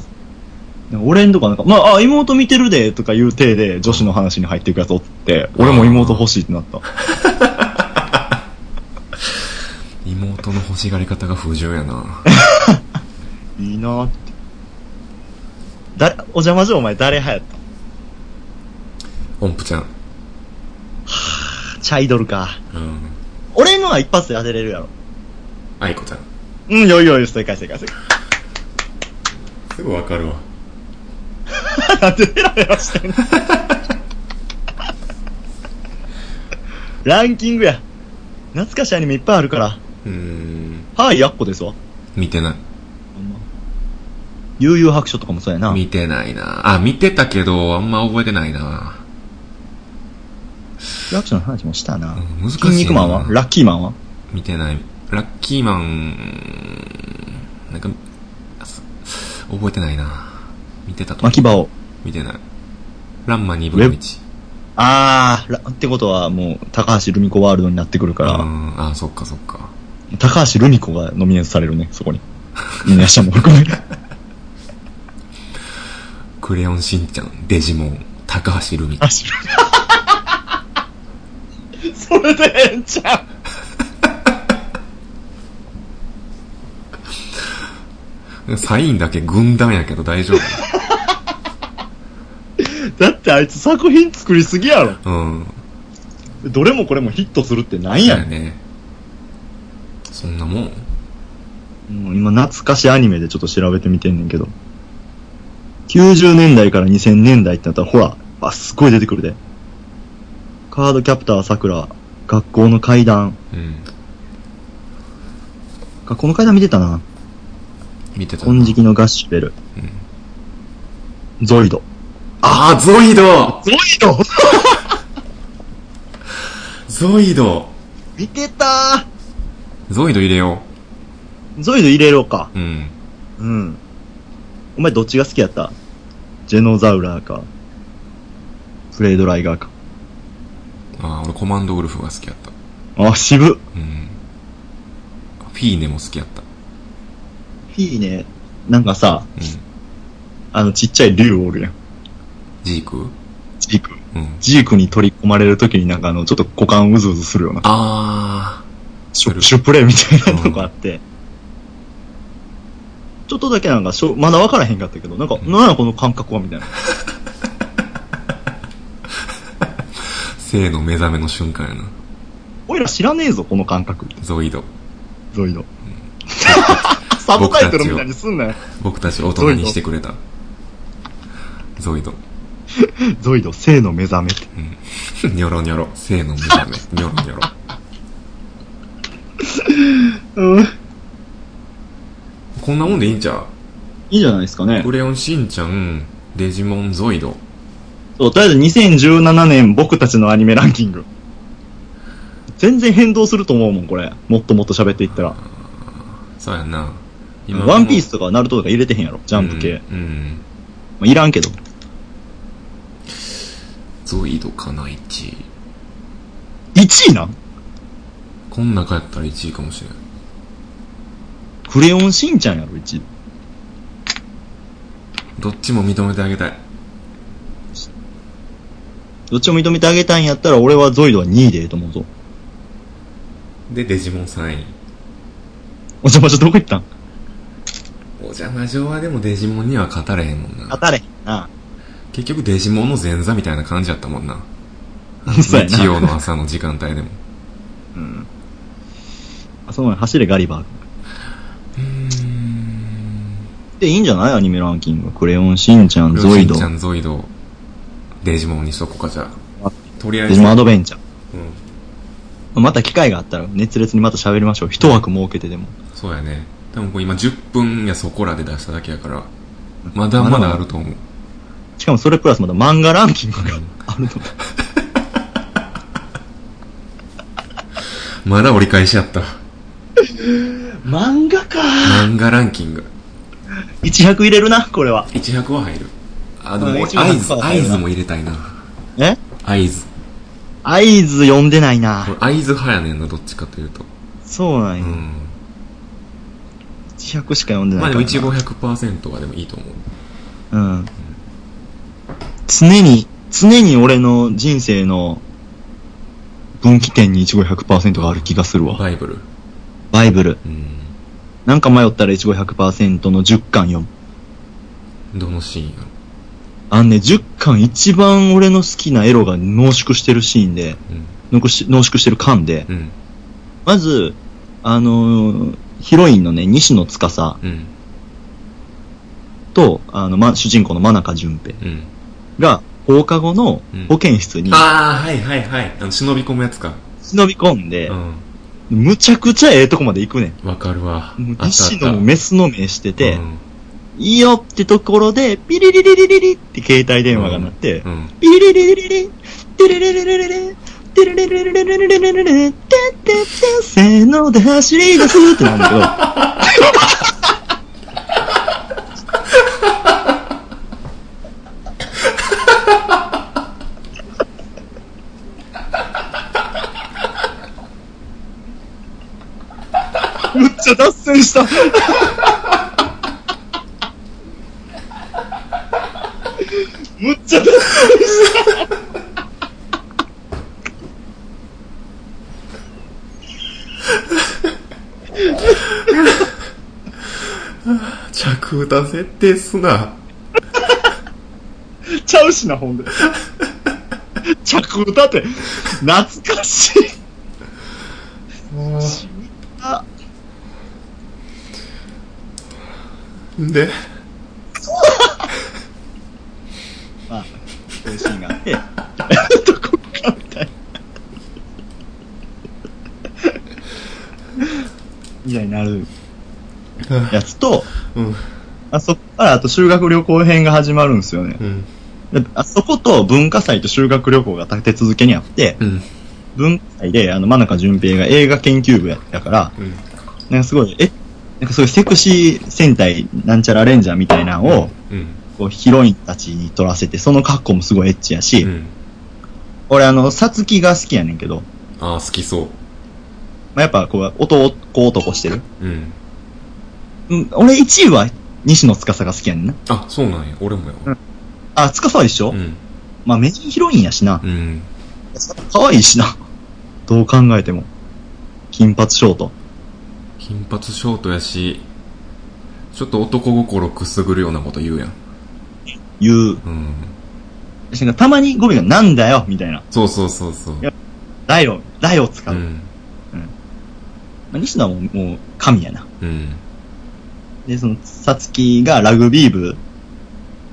Speaker 2: 俺んとかなんか、まあ、あ、妹見てるで、とかいう体で女子の話に入っていくやつおって、俺も妹欲しいってなった。
Speaker 1: 妹の欲しがり方が不純や な。
Speaker 2: いいなーって。誰、お邪魔女お前誰派やっ
Speaker 1: 音符ちゃん。
Speaker 2: たチャイドルか。
Speaker 1: うん。
Speaker 2: 俺のは一発で当てれるやろ。
Speaker 1: 愛子ちゃん。
Speaker 2: うん、よいよい、正解正解正解。
Speaker 1: すぐわかるわ。
Speaker 2: なんでヘラヘラしてんのランキングや。懐かしいアニメいっぱいあるから。
Speaker 1: うーん。
Speaker 2: はい、やっこですわ。
Speaker 1: 見てない。
Speaker 2: 悠々白書とかもそうやな。
Speaker 1: 見てないな。あ、見てたけど、あんま覚えてないな。
Speaker 2: 悠々白書の話もしたな。
Speaker 1: うん難しいな。
Speaker 2: 筋肉マンはラッキーマンは
Speaker 1: 見てない。ラッキーマン、なんか、す覚えてないな。見てたと思う
Speaker 2: 巻き場を。
Speaker 1: 見てない。ランマ2分の1。
Speaker 2: あー、らってことはもう、高橋留美子ワールドになってくるか
Speaker 1: う
Speaker 2: ら、
Speaker 1: ん、あ、そっかそっか。
Speaker 2: 高橋留美子がノミネートされるね、そこに。皆さんも含 め。
Speaker 1: クレヨンしんちゃん、デジモン、高橋留美。
Speaker 2: あ、知る。それでええんちゃ
Speaker 1: サインだけ軍団やけど大丈
Speaker 2: うだってあいつ作品作りすぎやろ。
Speaker 1: 夫。うん。
Speaker 2: どれもこれもヒットするってなんや
Speaker 1: そう
Speaker 2: ねん。
Speaker 1: ね。そんなもん
Speaker 2: もう今懐かしアニメでちょっと調べてみてんねんけど。90年代から2000年代ってなったら、ほら、わ、すごい出てくるで。カードキャプター桜、学校の階段。
Speaker 1: うん。
Speaker 2: 学校の階段見てたな。
Speaker 1: 見てたな。
Speaker 2: 金色のガッシュベル。ゾイド。
Speaker 1: ああ、ゾイド
Speaker 2: ゾイド
Speaker 1: ゾイド
Speaker 2: 見てた
Speaker 1: ゾイド入れよ
Speaker 2: ーゾイド入れろか。
Speaker 1: う。うん。
Speaker 2: うん。お前どっちが好きやったジェノザウラーか。プレイドライガーか。
Speaker 1: ああ、俺コマンドウルフが好きやった。
Speaker 2: あ、渋っ。フ
Speaker 1: うん。フィーネも好きやった。
Speaker 2: ィーネ、なんかさ、
Speaker 1: うん。
Speaker 2: あのちっちゃい竜おるやん。
Speaker 1: ジーク
Speaker 2: ジーク。
Speaker 1: うん。
Speaker 2: ジークに取り込まれるときになんかあの、ちょっと股間うずうずするような。
Speaker 1: あ
Speaker 2: シュッシュプレイみたいなとこあって。ちょっとだけなんかしょ、まだ分からへんかったけど、なんか、なんやこの感覚はみたいな。
Speaker 1: あ、性の目覚めの瞬間やな。
Speaker 2: 俺ら知らねえぞ、この感覚。
Speaker 1: ゾイド。
Speaker 2: ゾイド。サブタイトルみたいにすんなよ。
Speaker 1: 僕たちを大人にしてくれた。ゾイド。
Speaker 2: ゾイド、性の目覚めって。
Speaker 1: ニョロニョロ。性の目覚 め。ニョロニョロ。
Speaker 2: うん。い
Speaker 1: こんなもんでいいんちゃ
Speaker 2: いんじゃないですか
Speaker 1: う
Speaker 2: ね。
Speaker 1: クレヨンしんちゃん、デジモンゾイド。
Speaker 2: そう、とりあえず2017年僕たちのアニメランキング。全然変動すると思うもん、これ。もっともっと喋っていったら。
Speaker 1: そうやんな。
Speaker 2: ワンピースとかナルトとか入れてへんやろ、ジ
Speaker 1: ジ
Speaker 2: ャンプ系。
Speaker 1: うん。うん
Speaker 2: まあ、いらんけど。
Speaker 1: ゾイドかな、1位。
Speaker 2: 1位なん
Speaker 1: こん中やったら1位かもしれん。
Speaker 2: クレヨンしんちゃんやろ、1位。
Speaker 1: どっちも認めてあげたい。
Speaker 2: どっちも認めてあげたいんやったら、俺はゾイドは2位でええと思うぞ。
Speaker 1: で、デジモン3位。
Speaker 2: お邪魔女どこ行ったん
Speaker 1: お邪魔状はでもデジモンには勝たれへんもん
Speaker 2: 当
Speaker 1: な。
Speaker 2: たれへんな。
Speaker 1: 結局デジモンの前座みたいな感じやったもんな。
Speaker 2: そうや
Speaker 1: 日
Speaker 2: な。
Speaker 1: 曜の朝の時間帯でも。
Speaker 2: うん。あ、そうなん走れガリバー。
Speaker 1: うーん。
Speaker 2: で、いいんじゃないアニメランキング。クレヨンしんちゃん、 ゾイド
Speaker 1: しんち、ゃんゾイド、デジモンにしとこうかじゃあ
Speaker 2: あ。
Speaker 1: とりあえ
Speaker 2: デ
Speaker 1: ず。
Speaker 2: ジ
Speaker 1: う
Speaker 2: モン
Speaker 1: ん
Speaker 2: ア。ドベンチャー。また機会があったら熱烈にまた喋りましょう。一枠設けてでも。
Speaker 1: そうやね。多分これ今10分やそこらで出しただけやから、まだまだあると思う。
Speaker 2: しかもそれプラスまだ漫画ランキングがあると。
Speaker 1: まだ折り返しやった。
Speaker 2: 漫画か
Speaker 1: 漫画ランキング。
Speaker 2: 100入れるな、これは。
Speaker 1: 100は入る。あ、でも
Speaker 2: うん
Speaker 1: 俺、
Speaker 2: 100は
Speaker 1: 合図、
Speaker 2: 入るな
Speaker 1: 合図も入れたいな。
Speaker 2: え
Speaker 1: 合図。
Speaker 2: 合図読んでないな。
Speaker 1: 俺、合図派やねんな、どっちかというと。
Speaker 2: そうなん
Speaker 1: う
Speaker 2: や。
Speaker 1: ん。
Speaker 2: 100しか読んでない
Speaker 1: まあ
Speaker 2: か
Speaker 1: で
Speaker 2: ら
Speaker 1: も、
Speaker 2: な。
Speaker 1: 一応100%はでもいいと思う。
Speaker 2: うん。常に、常に俺の人生の分岐点に1 5 100%がある気がするわ。
Speaker 1: バイブル。
Speaker 2: バイブル。
Speaker 1: うん。
Speaker 2: なんか迷ったら1 5 100%の10巻読む。
Speaker 1: どのシーンやろ。
Speaker 2: あのね、10巻一番俺の好きなエロが濃縮してるシーンで、濃し濃縮してる巻で、
Speaker 1: うん。うん。
Speaker 2: まず、あのーヒロインのね、西野司
Speaker 1: うん。
Speaker 2: と、あの、ま、主人公の真中淳平
Speaker 1: うん。
Speaker 2: が、放課後の
Speaker 1: うん
Speaker 2: 保健室に
Speaker 1: ああ、はいはいはい。あの、忍び込むやつか。
Speaker 2: 忍び込んで
Speaker 1: う、ん。
Speaker 2: むちゃくちゃええとこまで行くねん。
Speaker 1: わかるわ。
Speaker 2: もう
Speaker 1: あったあ
Speaker 2: 西
Speaker 1: った
Speaker 2: 野もメスの目してて、
Speaker 1: うん
Speaker 2: いいよってところで、ピリリリリリリって携帯電話が鳴って、
Speaker 1: うん。
Speaker 2: ピリリリリリリ、テレレレレレレ、テレレレレレレレレレレレ、テテテ、せーので走り出すってなんだけど、むっちゃ脱線した。むっちゃ脱線
Speaker 1: 着歌設定すな。
Speaker 2: ちゃうしな、ほ んで。着歌って、懐かしい。あ、
Speaker 1: で、
Speaker 2: まあ、そういうシーンがあって、 どこかみたいな。みたいになるやつと、
Speaker 1: うん。
Speaker 2: あそこからあと修学旅行編が始まるんですよね
Speaker 1: う。ん。
Speaker 2: であそこと文化祭と修学旅行が立て続けにあって、
Speaker 1: うん。
Speaker 2: 文化祭であの真中淳平が映画研究部やったから、
Speaker 1: うん。
Speaker 2: なんかすごい、えなんかそういうセクシー戦隊なんちゃらレンジャーみたいなのを、
Speaker 1: うん。
Speaker 2: こうヒロインたちに撮らせて、その格好もすごいエッチやし、
Speaker 1: うん。
Speaker 2: 俺あの、さつきが好きやねんけど、
Speaker 1: ああ、好きそう。
Speaker 2: まあ、やっぱこう、男、男してる。
Speaker 1: うん。
Speaker 2: うん、俺1位は西野司が好きやねんな。
Speaker 1: あ、そうなんや。俺もよ。
Speaker 2: あ、司は一緒、
Speaker 1: うん。
Speaker 2: まあメインヒロインやしな。
Speaker 1: うん。
Speaker 2: 可愛いしな。どう考えても。金髪ショート。
Speaker 1: 金髪ショートやし、ちょっと男心くすぐるようなこと言うやん。
Speaker 2: いう。
Speaker 1: うん。
Speaker 2: なんかたまに語尾がなんだよみたいな。
Speaker 1: そうそうそうそう。
Speaker 2: やだよ、だよ使
Speaker 1: う
Speaker 2: う。
Speaker 1: ん。
Speaker 2: まあ、西野はもう、もう神やな。
Speaker 1: うん。
Speaker 2: で、その、さつきがラグビー部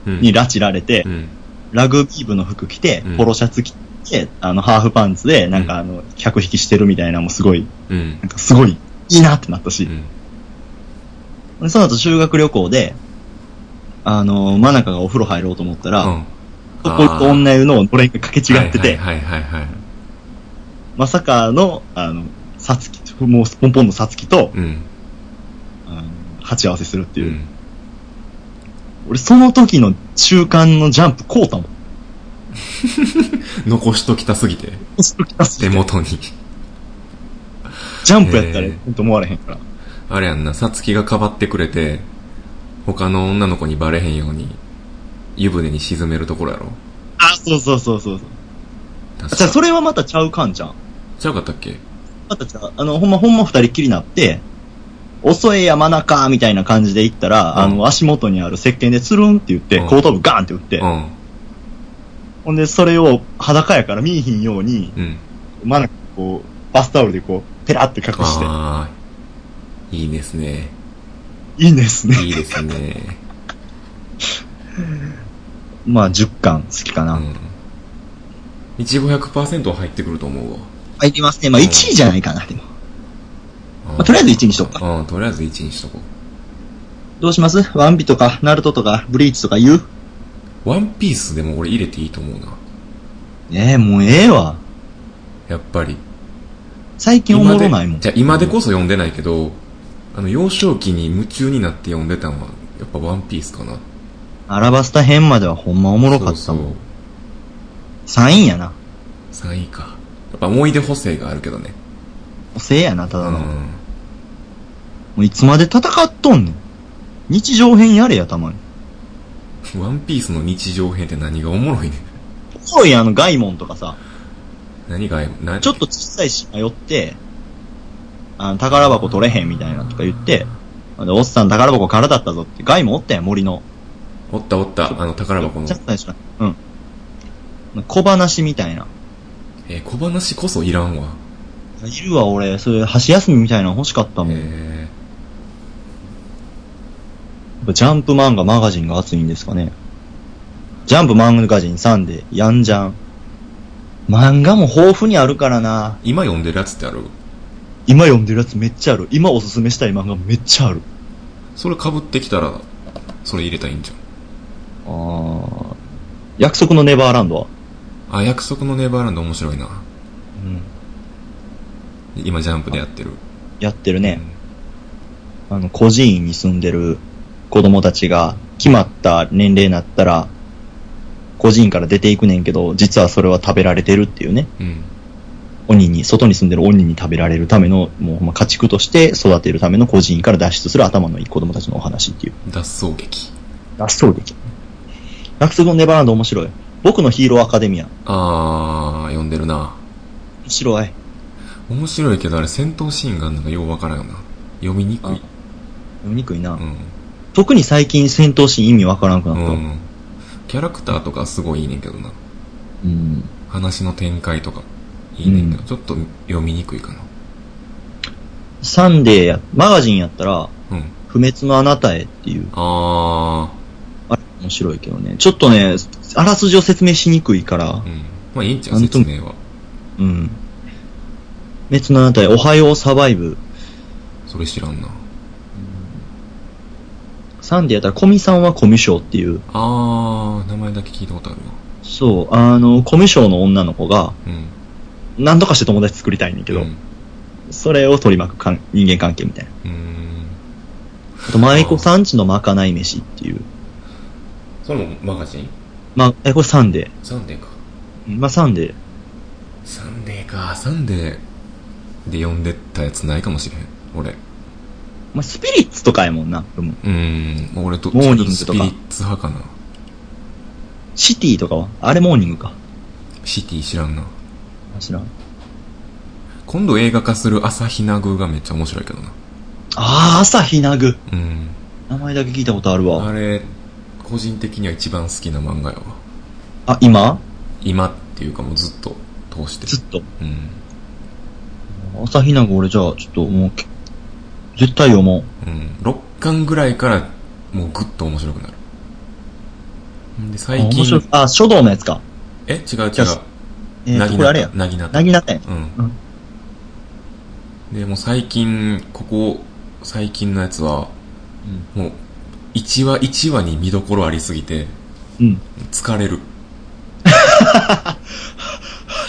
Speaker 1: うん。
Speaker 2: に拉致られて、
Speaker 1: うん。
Speaker 2: ラグビー部の服着て
Speaker 1: うん、
Speaker 2: ポロシャツ着て、あの、ハーフパンツで、なんかあの、客引きしてるみたいなのもすごい、
Speaker 1: うん
Speaker 2: な。んかすごい、いいなってなったし
Speaker 1: う。ん。
Speaker 2: でその後修学旅行で、あの、真中がお風呂入ろうと思ったら、
Speaker 1: うん。
Speaker 2: 男と女湯ののれんが掛け違ってて、
Speaker 1: はいはいはいはい。
Speaker 2: まさかの、あの、さつき、もうポンポンのさつきと、
Speaker 1: うん。
Speaker 2: あの鉢合わせするっていう。
Speaker 1: ん。
Speaker 2: 俺、その時の中間のジャンプ、こうたもん。
Speaker 1: 残しときたすぎて、手元に。
Speaker 2: ジャンプやったら、
Speaker 1: へ
Speaker 2: え
Speaker 1: ー
Speaker 2: えと思われへんから。
Speaker 1: あれやんな、さつきがかばってくれて、他の女の子にバレへんように、湯船に沈めるところやろ。
Speaker 2: あ、そうそうそうそうそう。
Speaker 1: 確
Speaker 2: あじゃあ、
Speaker 1: か
Speaker 2: それはまたちゃうかんちゃん。
Speaker 1: ちゃうかったっけ
Speaker 2: またちゃう。あの、ほんま、ほんま二人っきりになって、遅い山中みたいな感じで行ったら、あ
Speaker 1: う
Speaker 2: の、足元にある石鹸でつるんって言って、
Speaker 1: うん
Speaker 2: 後頭部ガーンって打って、
Speaker 1: うん。
Speaker 2: ほんで、それを裸やから見えひんように、
Speaker 1: うん。
Speaker 2: まだこう、バスタオルでこう、ペラって隠して、
Speaker 1: ああ、いいですね。
Speaker 2: いいですね。
Speaker 1: いいですね。
Speaker 2: まあ、10巻好きか
Speaker 1: う
Speaker 2: な。
Speaker 1: ん。いちご100%は入ってくると思うわ。
Speaker 2: 入りますね。まあ、
Speaker 1: うん
Speaker 2: 1位じゃないかな、でも。
Speaker 1: ま
Speaker 2: まあ、とりあえず1位にしとくか。
Speaker 1: うん、とりあえず1にしとこ
Speaker 2: どうしますワンビとか、ナルトとか、ブリーチとか言う
Speaker 1: う。ワンピースでも俺入れていいと思うな。
Speaker 2: ええもうええわ。
Speaker 1: やっぱり。
Speaker 2: 最近おもろないもん。
Speaker 1: じゃあ今でこそ読んでないけど、あの、幼少期に夢中になって読んでたのは、やっぱワンピースかな。
Speaker 2: アラバスタ編まではほんまおもろかった
Speaker 1: そう
Speaker 2: もん。3位やな。
Speaker 1: そう。3位か。やっぱ思い出補正があるけどね。
Speaker 2: おせえやな、た
Speaker 1: う
Speaker 2: だの。も
Speaker 1: ん。
Speaker 2: ういつまで戦っとんねん。日常編やれや、たまに。
Speaker 1: ワンピースの日常編って何がおもろいねん
Speaker 2: おもろいやんあの、ガイモンとかさ、
Speaker 1: 何が、な
Speaker 2: ちょっと小さい島寄って、あの、宝箱取れへんみたいなとか言って、で、おっさん宝箱空だったぞって、ガイモンおったやん、森の。
Speaker 1: おったおった、あの宝箱の
Speaker 2: ちゃ。ったでしょ。うん。小話みたいな。
Speaker 1: えー小話こそいらんわ。
Speaker 2: いるわ、俺。そういう箸休みみたいなの欲しかったもん。やっ
Speaker 1: え
Speaker 2: ぱジャンプ漫画マガジンが熱いんですかね。ジャンプ漫画ジン3で、ヤンジャン。漫画も豊富にあるからな。
Speaker 1: ー、今読んでるやつってある
Speaker 2: 今読んでるやつめっちゃある。今おすすめしたい漫画めっちゃある。
Speaker 1: それ被ってきたら、それ入れたらいいんじゃん。
Speaker 2: あー。約束のネバーランドは
Speaker 1: あ、約束のネバーランド面白いな。
Speaker 2: うん。
Speaker 1: 今ジャンプでやってる。
Speaker 2: やってるね。あの、孤児院に住んでる子供たちが、決まった年齢になったら、孤児院から出ていくねんけど、実はそれは食べられてるっていうね。
Speaker 1: うん。
Speaker 2: 鬼に、外に住んでる鬼に食べられるための、もうほんま家畜として育てるための孤児院から脱出する頭のいい子供たちのお話っていう。
Speaker 1: うん。脱走劇。
Speaker 2: 脱走劇。約束のネバーランド面白い。僕のヒーローアカデミア。
Speaker 1: あー、読んでるな。
Speaker 2: 面白い。
Speaker 1: 面白いけどあれ戦闘シーンがあるのがようわからんよな。読みにくい。
Speaker 2: 読みにくいな。
Speaker 1: うん。
Speaker 2: 特に最近戦闘シーン意味わからなくなった。
Speaker 1: うん。キャラクターとかすごいいいねんけどな。
Speaker 2: うん
Speaker 1: 話の展開とか。いいねんけど、
Speaker 2: うん
Speaker 1: ちょっと読みにくいかな。
Speaker 2: サンデーや、マガジンやったら、
Speaker 1: うん。
Speaker 2: 不滅のあなたへっていう、
Speaker 1: あ
Speaker 2: あれ、面白いけどね。ちょっとね、あらすじを説明しにくいか
Speaker 1: う、
Speaker 2: ら
Speaker 1: ん。まあいいんちゃう
Speaker 2: なんと
Speaker 1: 説
Speaker 2: も
Speaker 1: 明は。
Speaker 2: うん。別のあたり、おはようサバイブ。
Speaker 1: それ知らんな。
Speaker 2: サンデーやったら、コミさんはコミュショっていう、
Speaker 1: あー、名前だけ聞いたことあるわ。
Speaker 2: そう、あの、コミュショの女の子が、
Speaker 1: うん。
Speaker 2: 何とかして友達作りたいねんだけど、
Speaker 1: うん。
Speaker 2: それを取り巻くかん人間関係みたいな。
Speaker 1: うーん。
Speaker 2: あと、舞妓さんちのまかない飯っていう。
Speaker 1: それもマガジン
Speaker 2: まあ、え、これサンデ
Speaker 1: サンデーか。
Speaker 2: ー。まあ、サンデー。
Speaker 1: サンデーか。サンデーで読んでったやつないかもしれん。俺。
Speaker 2: まあ、スピリッツとかやもんな。でも
Speaker 1: うーん。俺と、
Speaker 2: モーニング
Speaker 1: ス
Speaker 2: と
Speaker 1: ピ
Speaker 2: か
Speaker 1: リッツ派かな。
Speaker 2: シティとかはあれモーニングか。
Speaker 1: シティ知らんな。
Speaker 2: 知らん。
Speaker 1: 今度映画化する朝日奈宮がめっちゃ面白いけどな。
Speaker 2: あー、朝日なぐ。
Speaker 1: うん。
Speaker 2: 名前だけ聞いたことあるわ。
Speaker 1: あれ、個人的には一番好きな漫画やわ。
Speaker 2: あ、今
Speaker 1: 今っていうかもうずっと通して。
Speaker 2: ずっと。
Speaker 1: うん。
Speaker 2: 朝日なぐ俺じゃあ、ちょっともう、き絶対読もう。
Speaker 1: うん。6巻ぐらいからもうぐっと面白くなる。で、最
Speaker 2: あ面白い
Speaker 1: 近。。
Speaker 2: あ、書道のやつか。
Speaker 1: え違う違
Speaker 2: じゃ
Speaker 1: う
Speaker 2: あ。えー、と、これあれや。
Speaker 1: なぎなた。
Speaker 2: なぎなたやん。
Speaker 1: うん。で、もう最近、ここ、最近のやつは、もう、1話1話に見どころありすぎて、
Speaker 2: うん。うん。
Speaker 1: 疲れる。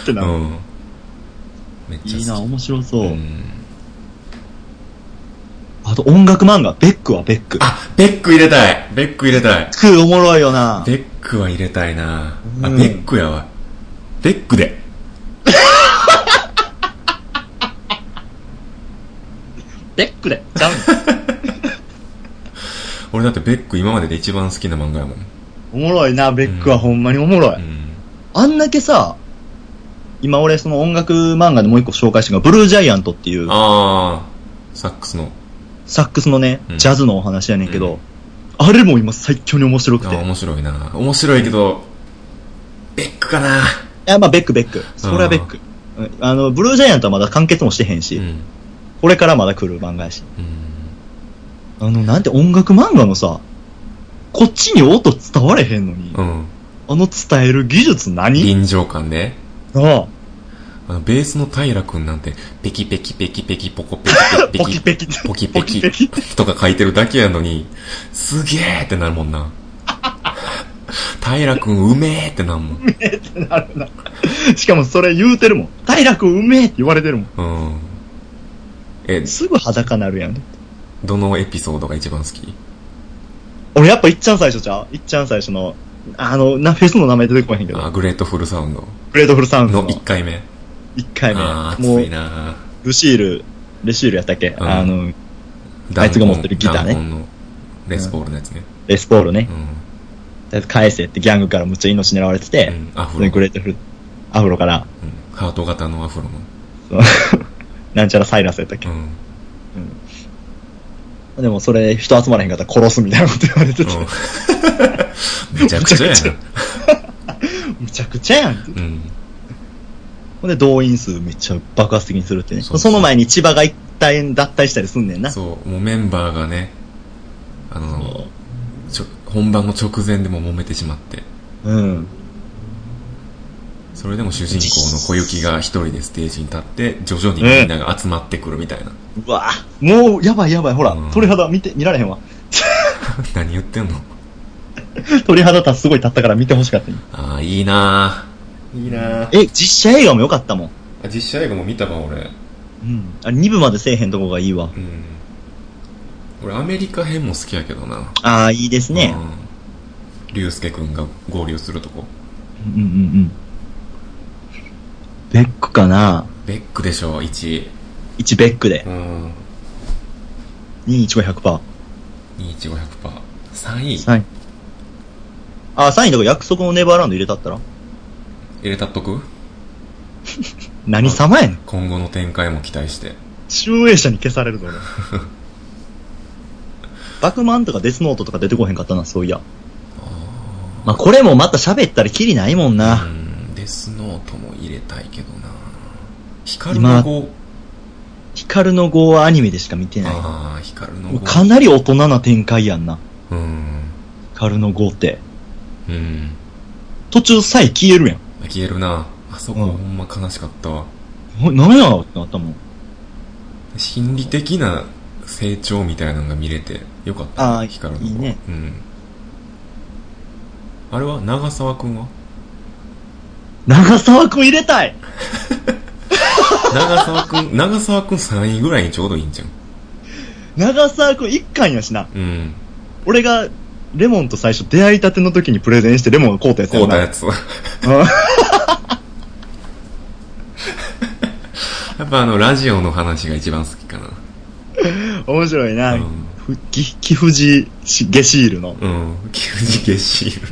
Speaker 2: って
Speaker 1: う
Speaker 2: な。
Speaker 1: ん。めっちゃ好き。
Speaker 2: いいな、面白そう。
Speaker 1: うん
Speaker 2: あと音楽漫画、ベックはベック。
Speaker 1: あ、ベック入れたいベック入れたい
Speaker 2: ベックおもろいよな。
Speaker 1: ベックは入れたいなあ、
Speaker 2: うん
Speaker 1: ベックやわ。ベックで。
Speaker 2: ベックで。ちゃう
Speaker 1: 俺だってベック今までで一番好きな漫画やもん。
Speaker 2: おもろいな、ベックはほんまにおもろい。
Speaker 1: うん。
Speaker 2: あんだけさ、今俺その音楽漫画でもう一個紹介したのが、ブルージャイアントっていう、
Speaker 1: あー、サックスの。
Speaker 2: サックスのね
Speaker 1: う、ん
Speaker 2: ジャズのお話やねんけど、
Speaker 1: うん
Speaker 2: あれも今最強に面白
Speaker 1: あ
Speaker 2: くて。
Speaker 1: ー
Speaker 2: い
Speaker 1: 面白いな面白いけど、ベックかな
Speaker 2: や、まあベックベック。それはベック。うんあの、ブルージャイアントはまだ完結もしてへん
Speaker 1: う
Speaker 2: し、
Speaker 1: ん。
Speaker 2: これからまだ来る漫画やし。
Speaker 1: うん。
Speaker 2: あの、なんて音楽漫画のさ、こっちに音伝われへんのに、
Speaker 1: うん。
Speaker 2: あの伝える技術何
Speaker 1: 臨場感ね。
Speaker 2: なあ
Speaker 1: あの、ベースの平くんなんて、ペキペキペキペキポコペキ
Speaker 2: ポ
Speaker 1: ペ
Speaker 2: キ
Speaker 1: キ
Speaker 2: ペキ。
Speaker 1: ポキペキ
Speaker 2: ポキペ
Speaker 1: とか書いてるだけやのに、すげえってなるもんな。平くんうめえってなんもん。
Speaker 2: なるな。しかもそれ言うてるもん。平君うめえって言われてるもん。
Speaker 1: うん。え、
Speaker 2: すぐ裸なるやん。
Speaker 1: どのエピソードが一番好き
Speaker 2: 俺やっぱいっちゃん最初ちゃういっちゃん最初の、あの、な、フェスの名前出てこへんけ
Speaker 1: あ、
Speaker 2: ど、
Speaker 1: グレートフルサウンド
Speaker 2: グレートフルサウンド
Speaker 1: の
Speaker 2: の
Speaker 1: 1回目。
Speaker 2: 1回目
Speaker 1: あ。ー
Speaker 2: も
Speaker 1: 熱
Speaker 2: う
Speaker 1: い、な
Speaker 2: ルシール、レシールやったっけ、
Speaker 1: ん
Speaker 2: あの、
Speaker 1: ダン
Speaker 2: あいつが持ってるギターね
Speaker 1: ダンボンのレスポールのやつね。
Speaker 2: レスポールね
Speaker 1: う。ん。
Speaker 2: 返せってギャングからむっちゃ命狙われて
Speaker 1: う
Speaker 2: て、
Speaker 1: ん、アフ
Speaker 2: そ
Speaker 1: ロ
Speaker 2: れ。グレートフル、アフロから、
Speaker 1: うんハート型のアフロの。
Speaker 2: その なんちゃらサイラスやったっけ
Speaker 1: う、ん。
Speaker 2: でもそれ人集まらへんかったら殺すみたいなこと言われてて、
Speaker 1: うんめちゃくちゃや
Speaker 2: めちゃくちゃむちゃくちゃやんって。
Speaker 1: な。うん。
Speaker 2: ほんで動員数めっちゃ爆発的にするってね。
Speaker 1: そう
Speaker 2: そ
Speaker 1: そう
Speaker 2: の前に千葉が一体脱退したりすんねんな。
Speaker 1: そう、もうメンバーがね、あの、ちょ本番の直前でもう揉めてしまって、
Speaker 2: うん。
Speaker 1: それでも主人公の小雪が一人でステージに立って、徐々にみんなが集まってくるみたいな。
Speaker 2: うわもう、やばいやばい、ほら
Speaker 1: うん、
Speaker 2: 鳥肌見て、見られへんわ。
Speaker 1: 何言ってんの
Speaker 2: 鳥肌たすごい立ったから見てほしかった。
Speaker 1: ああ、いいなぁ。いいなぁ。
Speaker 2: え、実写映画も良かったもん。
Speaker 1: 実写映画も見たわ、俺。
Speaker 2: うん。あれ、2部までせえへんとこがいいわ。
Speaker 1: うん。俺、アメリカ編も好きやけどな。
Speaker 2: ああ、いいですね。
Speaker 1: うん。竜介くんが合流するとこ。
Speaker 2: うんうんうん。ベックかな
Speaker 1: ベックでしょ、1。
Speaker 2: ?1 ベックで。
Speaker 1: うん。
Speaker 2: 2、1は100%。
Speaker 1: 21500%。3位
Speaker 2: 3位。あ、3位だから約束のネバーランド入れたったら
Speaker 1: 入れたっとく
Speaker 2: 何様やねん。
Speaker 1: 今後の展開も期待して。
Speaker 2: 集英社に消されるぞ、 俺。バクマンとかデスノートとか出てこへんかったな、そういや。まあ、これもまた喋ったらキリないもん
Speaker 1: う
Speaker 2: な。
Speaker 1: ん、デスノートも入れたいけどな光の碁、
Speaker 2: ヒカルの号はアニメでしか見てない。
Speaker 1: ああ、光の
Speaker 2: もう
Speaker 1: 碁。
Speaker 2: かなり大人な展開やんな。
Speaker 1: うん。
Speaker 2: 光の碁って。
Speaker 1: うん。
Speaker 2: 途中さえ消えるやん。
Speaker 1: 消えるな。あそこ
Speaker 2: うん
Speaker 1: ほんま悲しかったわ。
Speaker 2: おなんやってなったもん。
Speaker 1: 心理的な成長みたいなのが見れてよかった。
Speaker 2: ああ
Speaker 1: 光のとこ
Speaker 2: いいね。
Speaker 1: うん。あれは長沢くんは
Speaker 2: 長沢くん入れたい
Speaker 1: 長沢くん、長沢くん3位ぐらいにちょうどいいんじゃん。
Speaker 2: 長沢くん一巻やしな。
Speaker 1: うん。
Speaker 2: 俺が、レモンと最初出会いたての時にプレゼンしてレモンが買うたやつ
Speaker 1: こ
Speaker 2: や
Speaker 1: う
Speaker 2: な。
Speaker 1: たやつ。や
Speaker 2: うん
Speaker 1: っぱあの、ラジオの話が一番好きかな。
Speaker 2: 面白いな。
Speaker 1: うん
Speaker 2: ふき貴富士しゲシールの。
Speaker 1: うん。急にゲシール。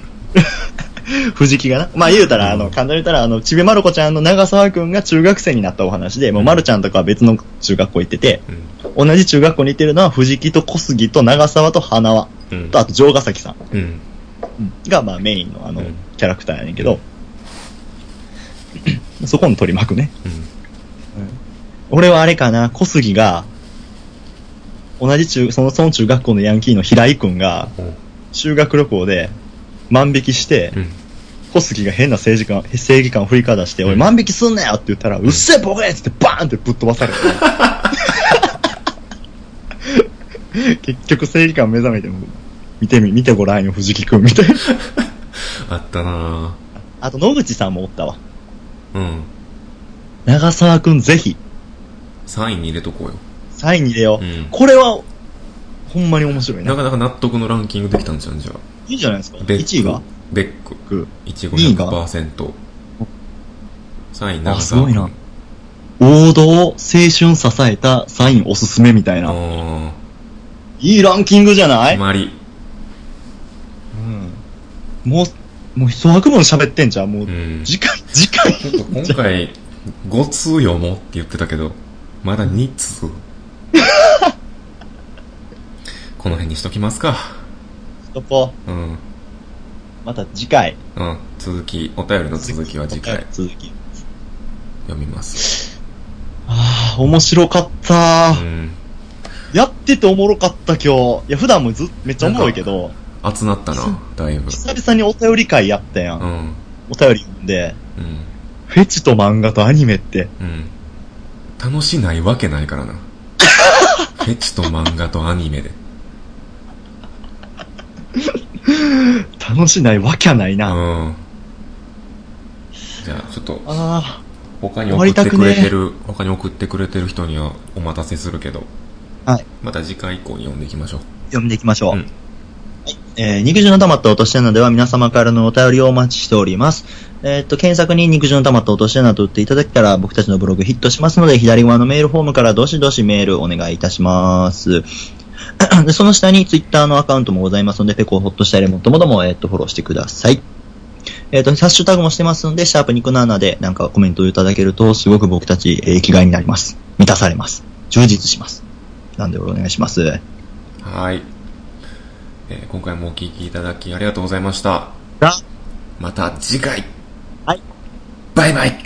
Speaker 2: 藤木がな。まあ言うたら、あ
Speaker 1: う
Speaker 2: の、
Speaker 1: ん
Speaker 2: 簡単に言ったら、あの、ちびまる子ちゃんの長沢くんが中学生になったお話で、もうまるちゃんとかは別の中学校行ってて、
Speaker 1: う
Speaker 2: 同じ中学校に行ってるのは藤木と小杉と長沢と花輪
Speaker 1: ん。うん
Speaker 2: と、。あと城ヶ崎さん
Speaker 1: うん。
Speaker 2: が、まあメインのあの
Speaker 1: うん、
Speaker 2: キャラクターやねんけど、 そこの取り巻くね。
Speaker 1: うん。
Speaker 2: 俺はあれかな、小杉が、同じ中、その、その中学校のヤンキーの平井くんが、修学旅行で万引きして、
Speaker 1: うん。
Speaker 2: 小杉が変な政治感、正義感を振りかざして、
Speaker 1: うん
Speaker 2: 俺万引きすんなよって言ったら、うっせえボケっつってバーンってぶっ飛ば されて。結局正義感目覚めても、見てみ、見てごらんよ、藤木くんみたいな。
Speaker 1: あったな
Speaker 2: あと野口さんもおったわ。
Speaker 1: ぁ。うん。
Speaker 2: 長沢くんぜひ、
Speaker 1: 3位に入れとこうよ。
Speaker 2: サインに入れよう。
Speaker 1: うん
Speaker 2: これは、ほんまに面白いな。
Speaker 1: なかなか納得のランキングできたんじゃん、じゃあ。
Speaker 2: いいんじゃないですか。
Speaker 1: ベック。
Speaker 2: 1位が
Speaker 1: ベック。
Speaker 2: く
Speaker 1: 1
Speaker 2: 二位が
Speaker 1: 五100%。3位、長
Speaker 2: あ、す
Speaker 1: 沢
Speaker 2: ご
Speaker 1: 君。
Speaker 2: いな。王道、青春支えたサインおすすめみたいな。
Speaker 1: あ
Speaker 2: いいランキングじゃな
Speaker 1: ー。
Speaker 2: い
Speaker 1: まり。
Speaker 2: うんもう、もう一枠分喋ってんじゃん。もう
Speaker 1: う、ん。
Speaker 2: 次回、次回。
Speaker 1: ちょっと今回、5通読もうって言ってたけど、まだ2通。 この辺にしときますか。
Speaker 2: そこ、
Speaker 1: うん。
Speaker 2: また次回。
Speaker 1: うん。続き、お便りの続きは次回
Speaker 2: 続き。
Speaker 1: 読みます。
Speaker 2: ああ、面白かった、
Speaker 1: うん。
Speaker 2: やってておもろかった今日。いや、普段もずめっちゃおもろいけど、
Speaker 1: 熱なったな、だいぶ。
Speaker 2: 久々にお便り会やったやん。
Speaker 1: うん。
Speaker 2: お便り読んで、
Speaker 1: うん。
Speaker 2: フェチと漫画とアニメって、
Speaker 1: うん。楽しないわけない からな。フェチと漫画とアニメで。
Speaker 2: 楽しないわけはないうな。あ
Speaker 1: ん。じゃあ、ちょっと、
Speaker 2: あ
Speaker 1: 他に
Speaker 2: 終わ
Speaker 1: 送
Speaker 2: り
Speaker 1: ったて
Speaker 2: く
Speaker 1: く
Speaker 2: ね
Speaker 1: れてる、他に送ってくれてる人にはお待たせするけど。
Speaker 2: はい。
Speaker 1: また次回以降に読んでいきましょう。
Speaker 2: ー、読んでいきましょう。
Speaker 1: うん
Speaker 2: えー肉汁の溜まった落とし穴では皆様からのお便りをお待ちしております。えーっと、検索に肉汁の溜まった落とし穴と打っていただけたら僕たちのブログヒットしますので、左側のメールフォームからどしどしメールお願いいたします。 でその下にツイッターのアカウントもございますので、ペコホッとしたりもともども、えーっと、フォローしてください。えーっと、ハッシュタグもしてますので、シャープ肉7でなんかコメントをいただけると、すごく僕たち、えー生きがいになります。満たされます。充実します。なんでお願いします。
Speaker 1: はい。えー今回もお聞きいただきありがとうございました。
Speaker 2: だ
Speaker 1: また次回
Speaker 2: はい
Speaker 1: バイバイ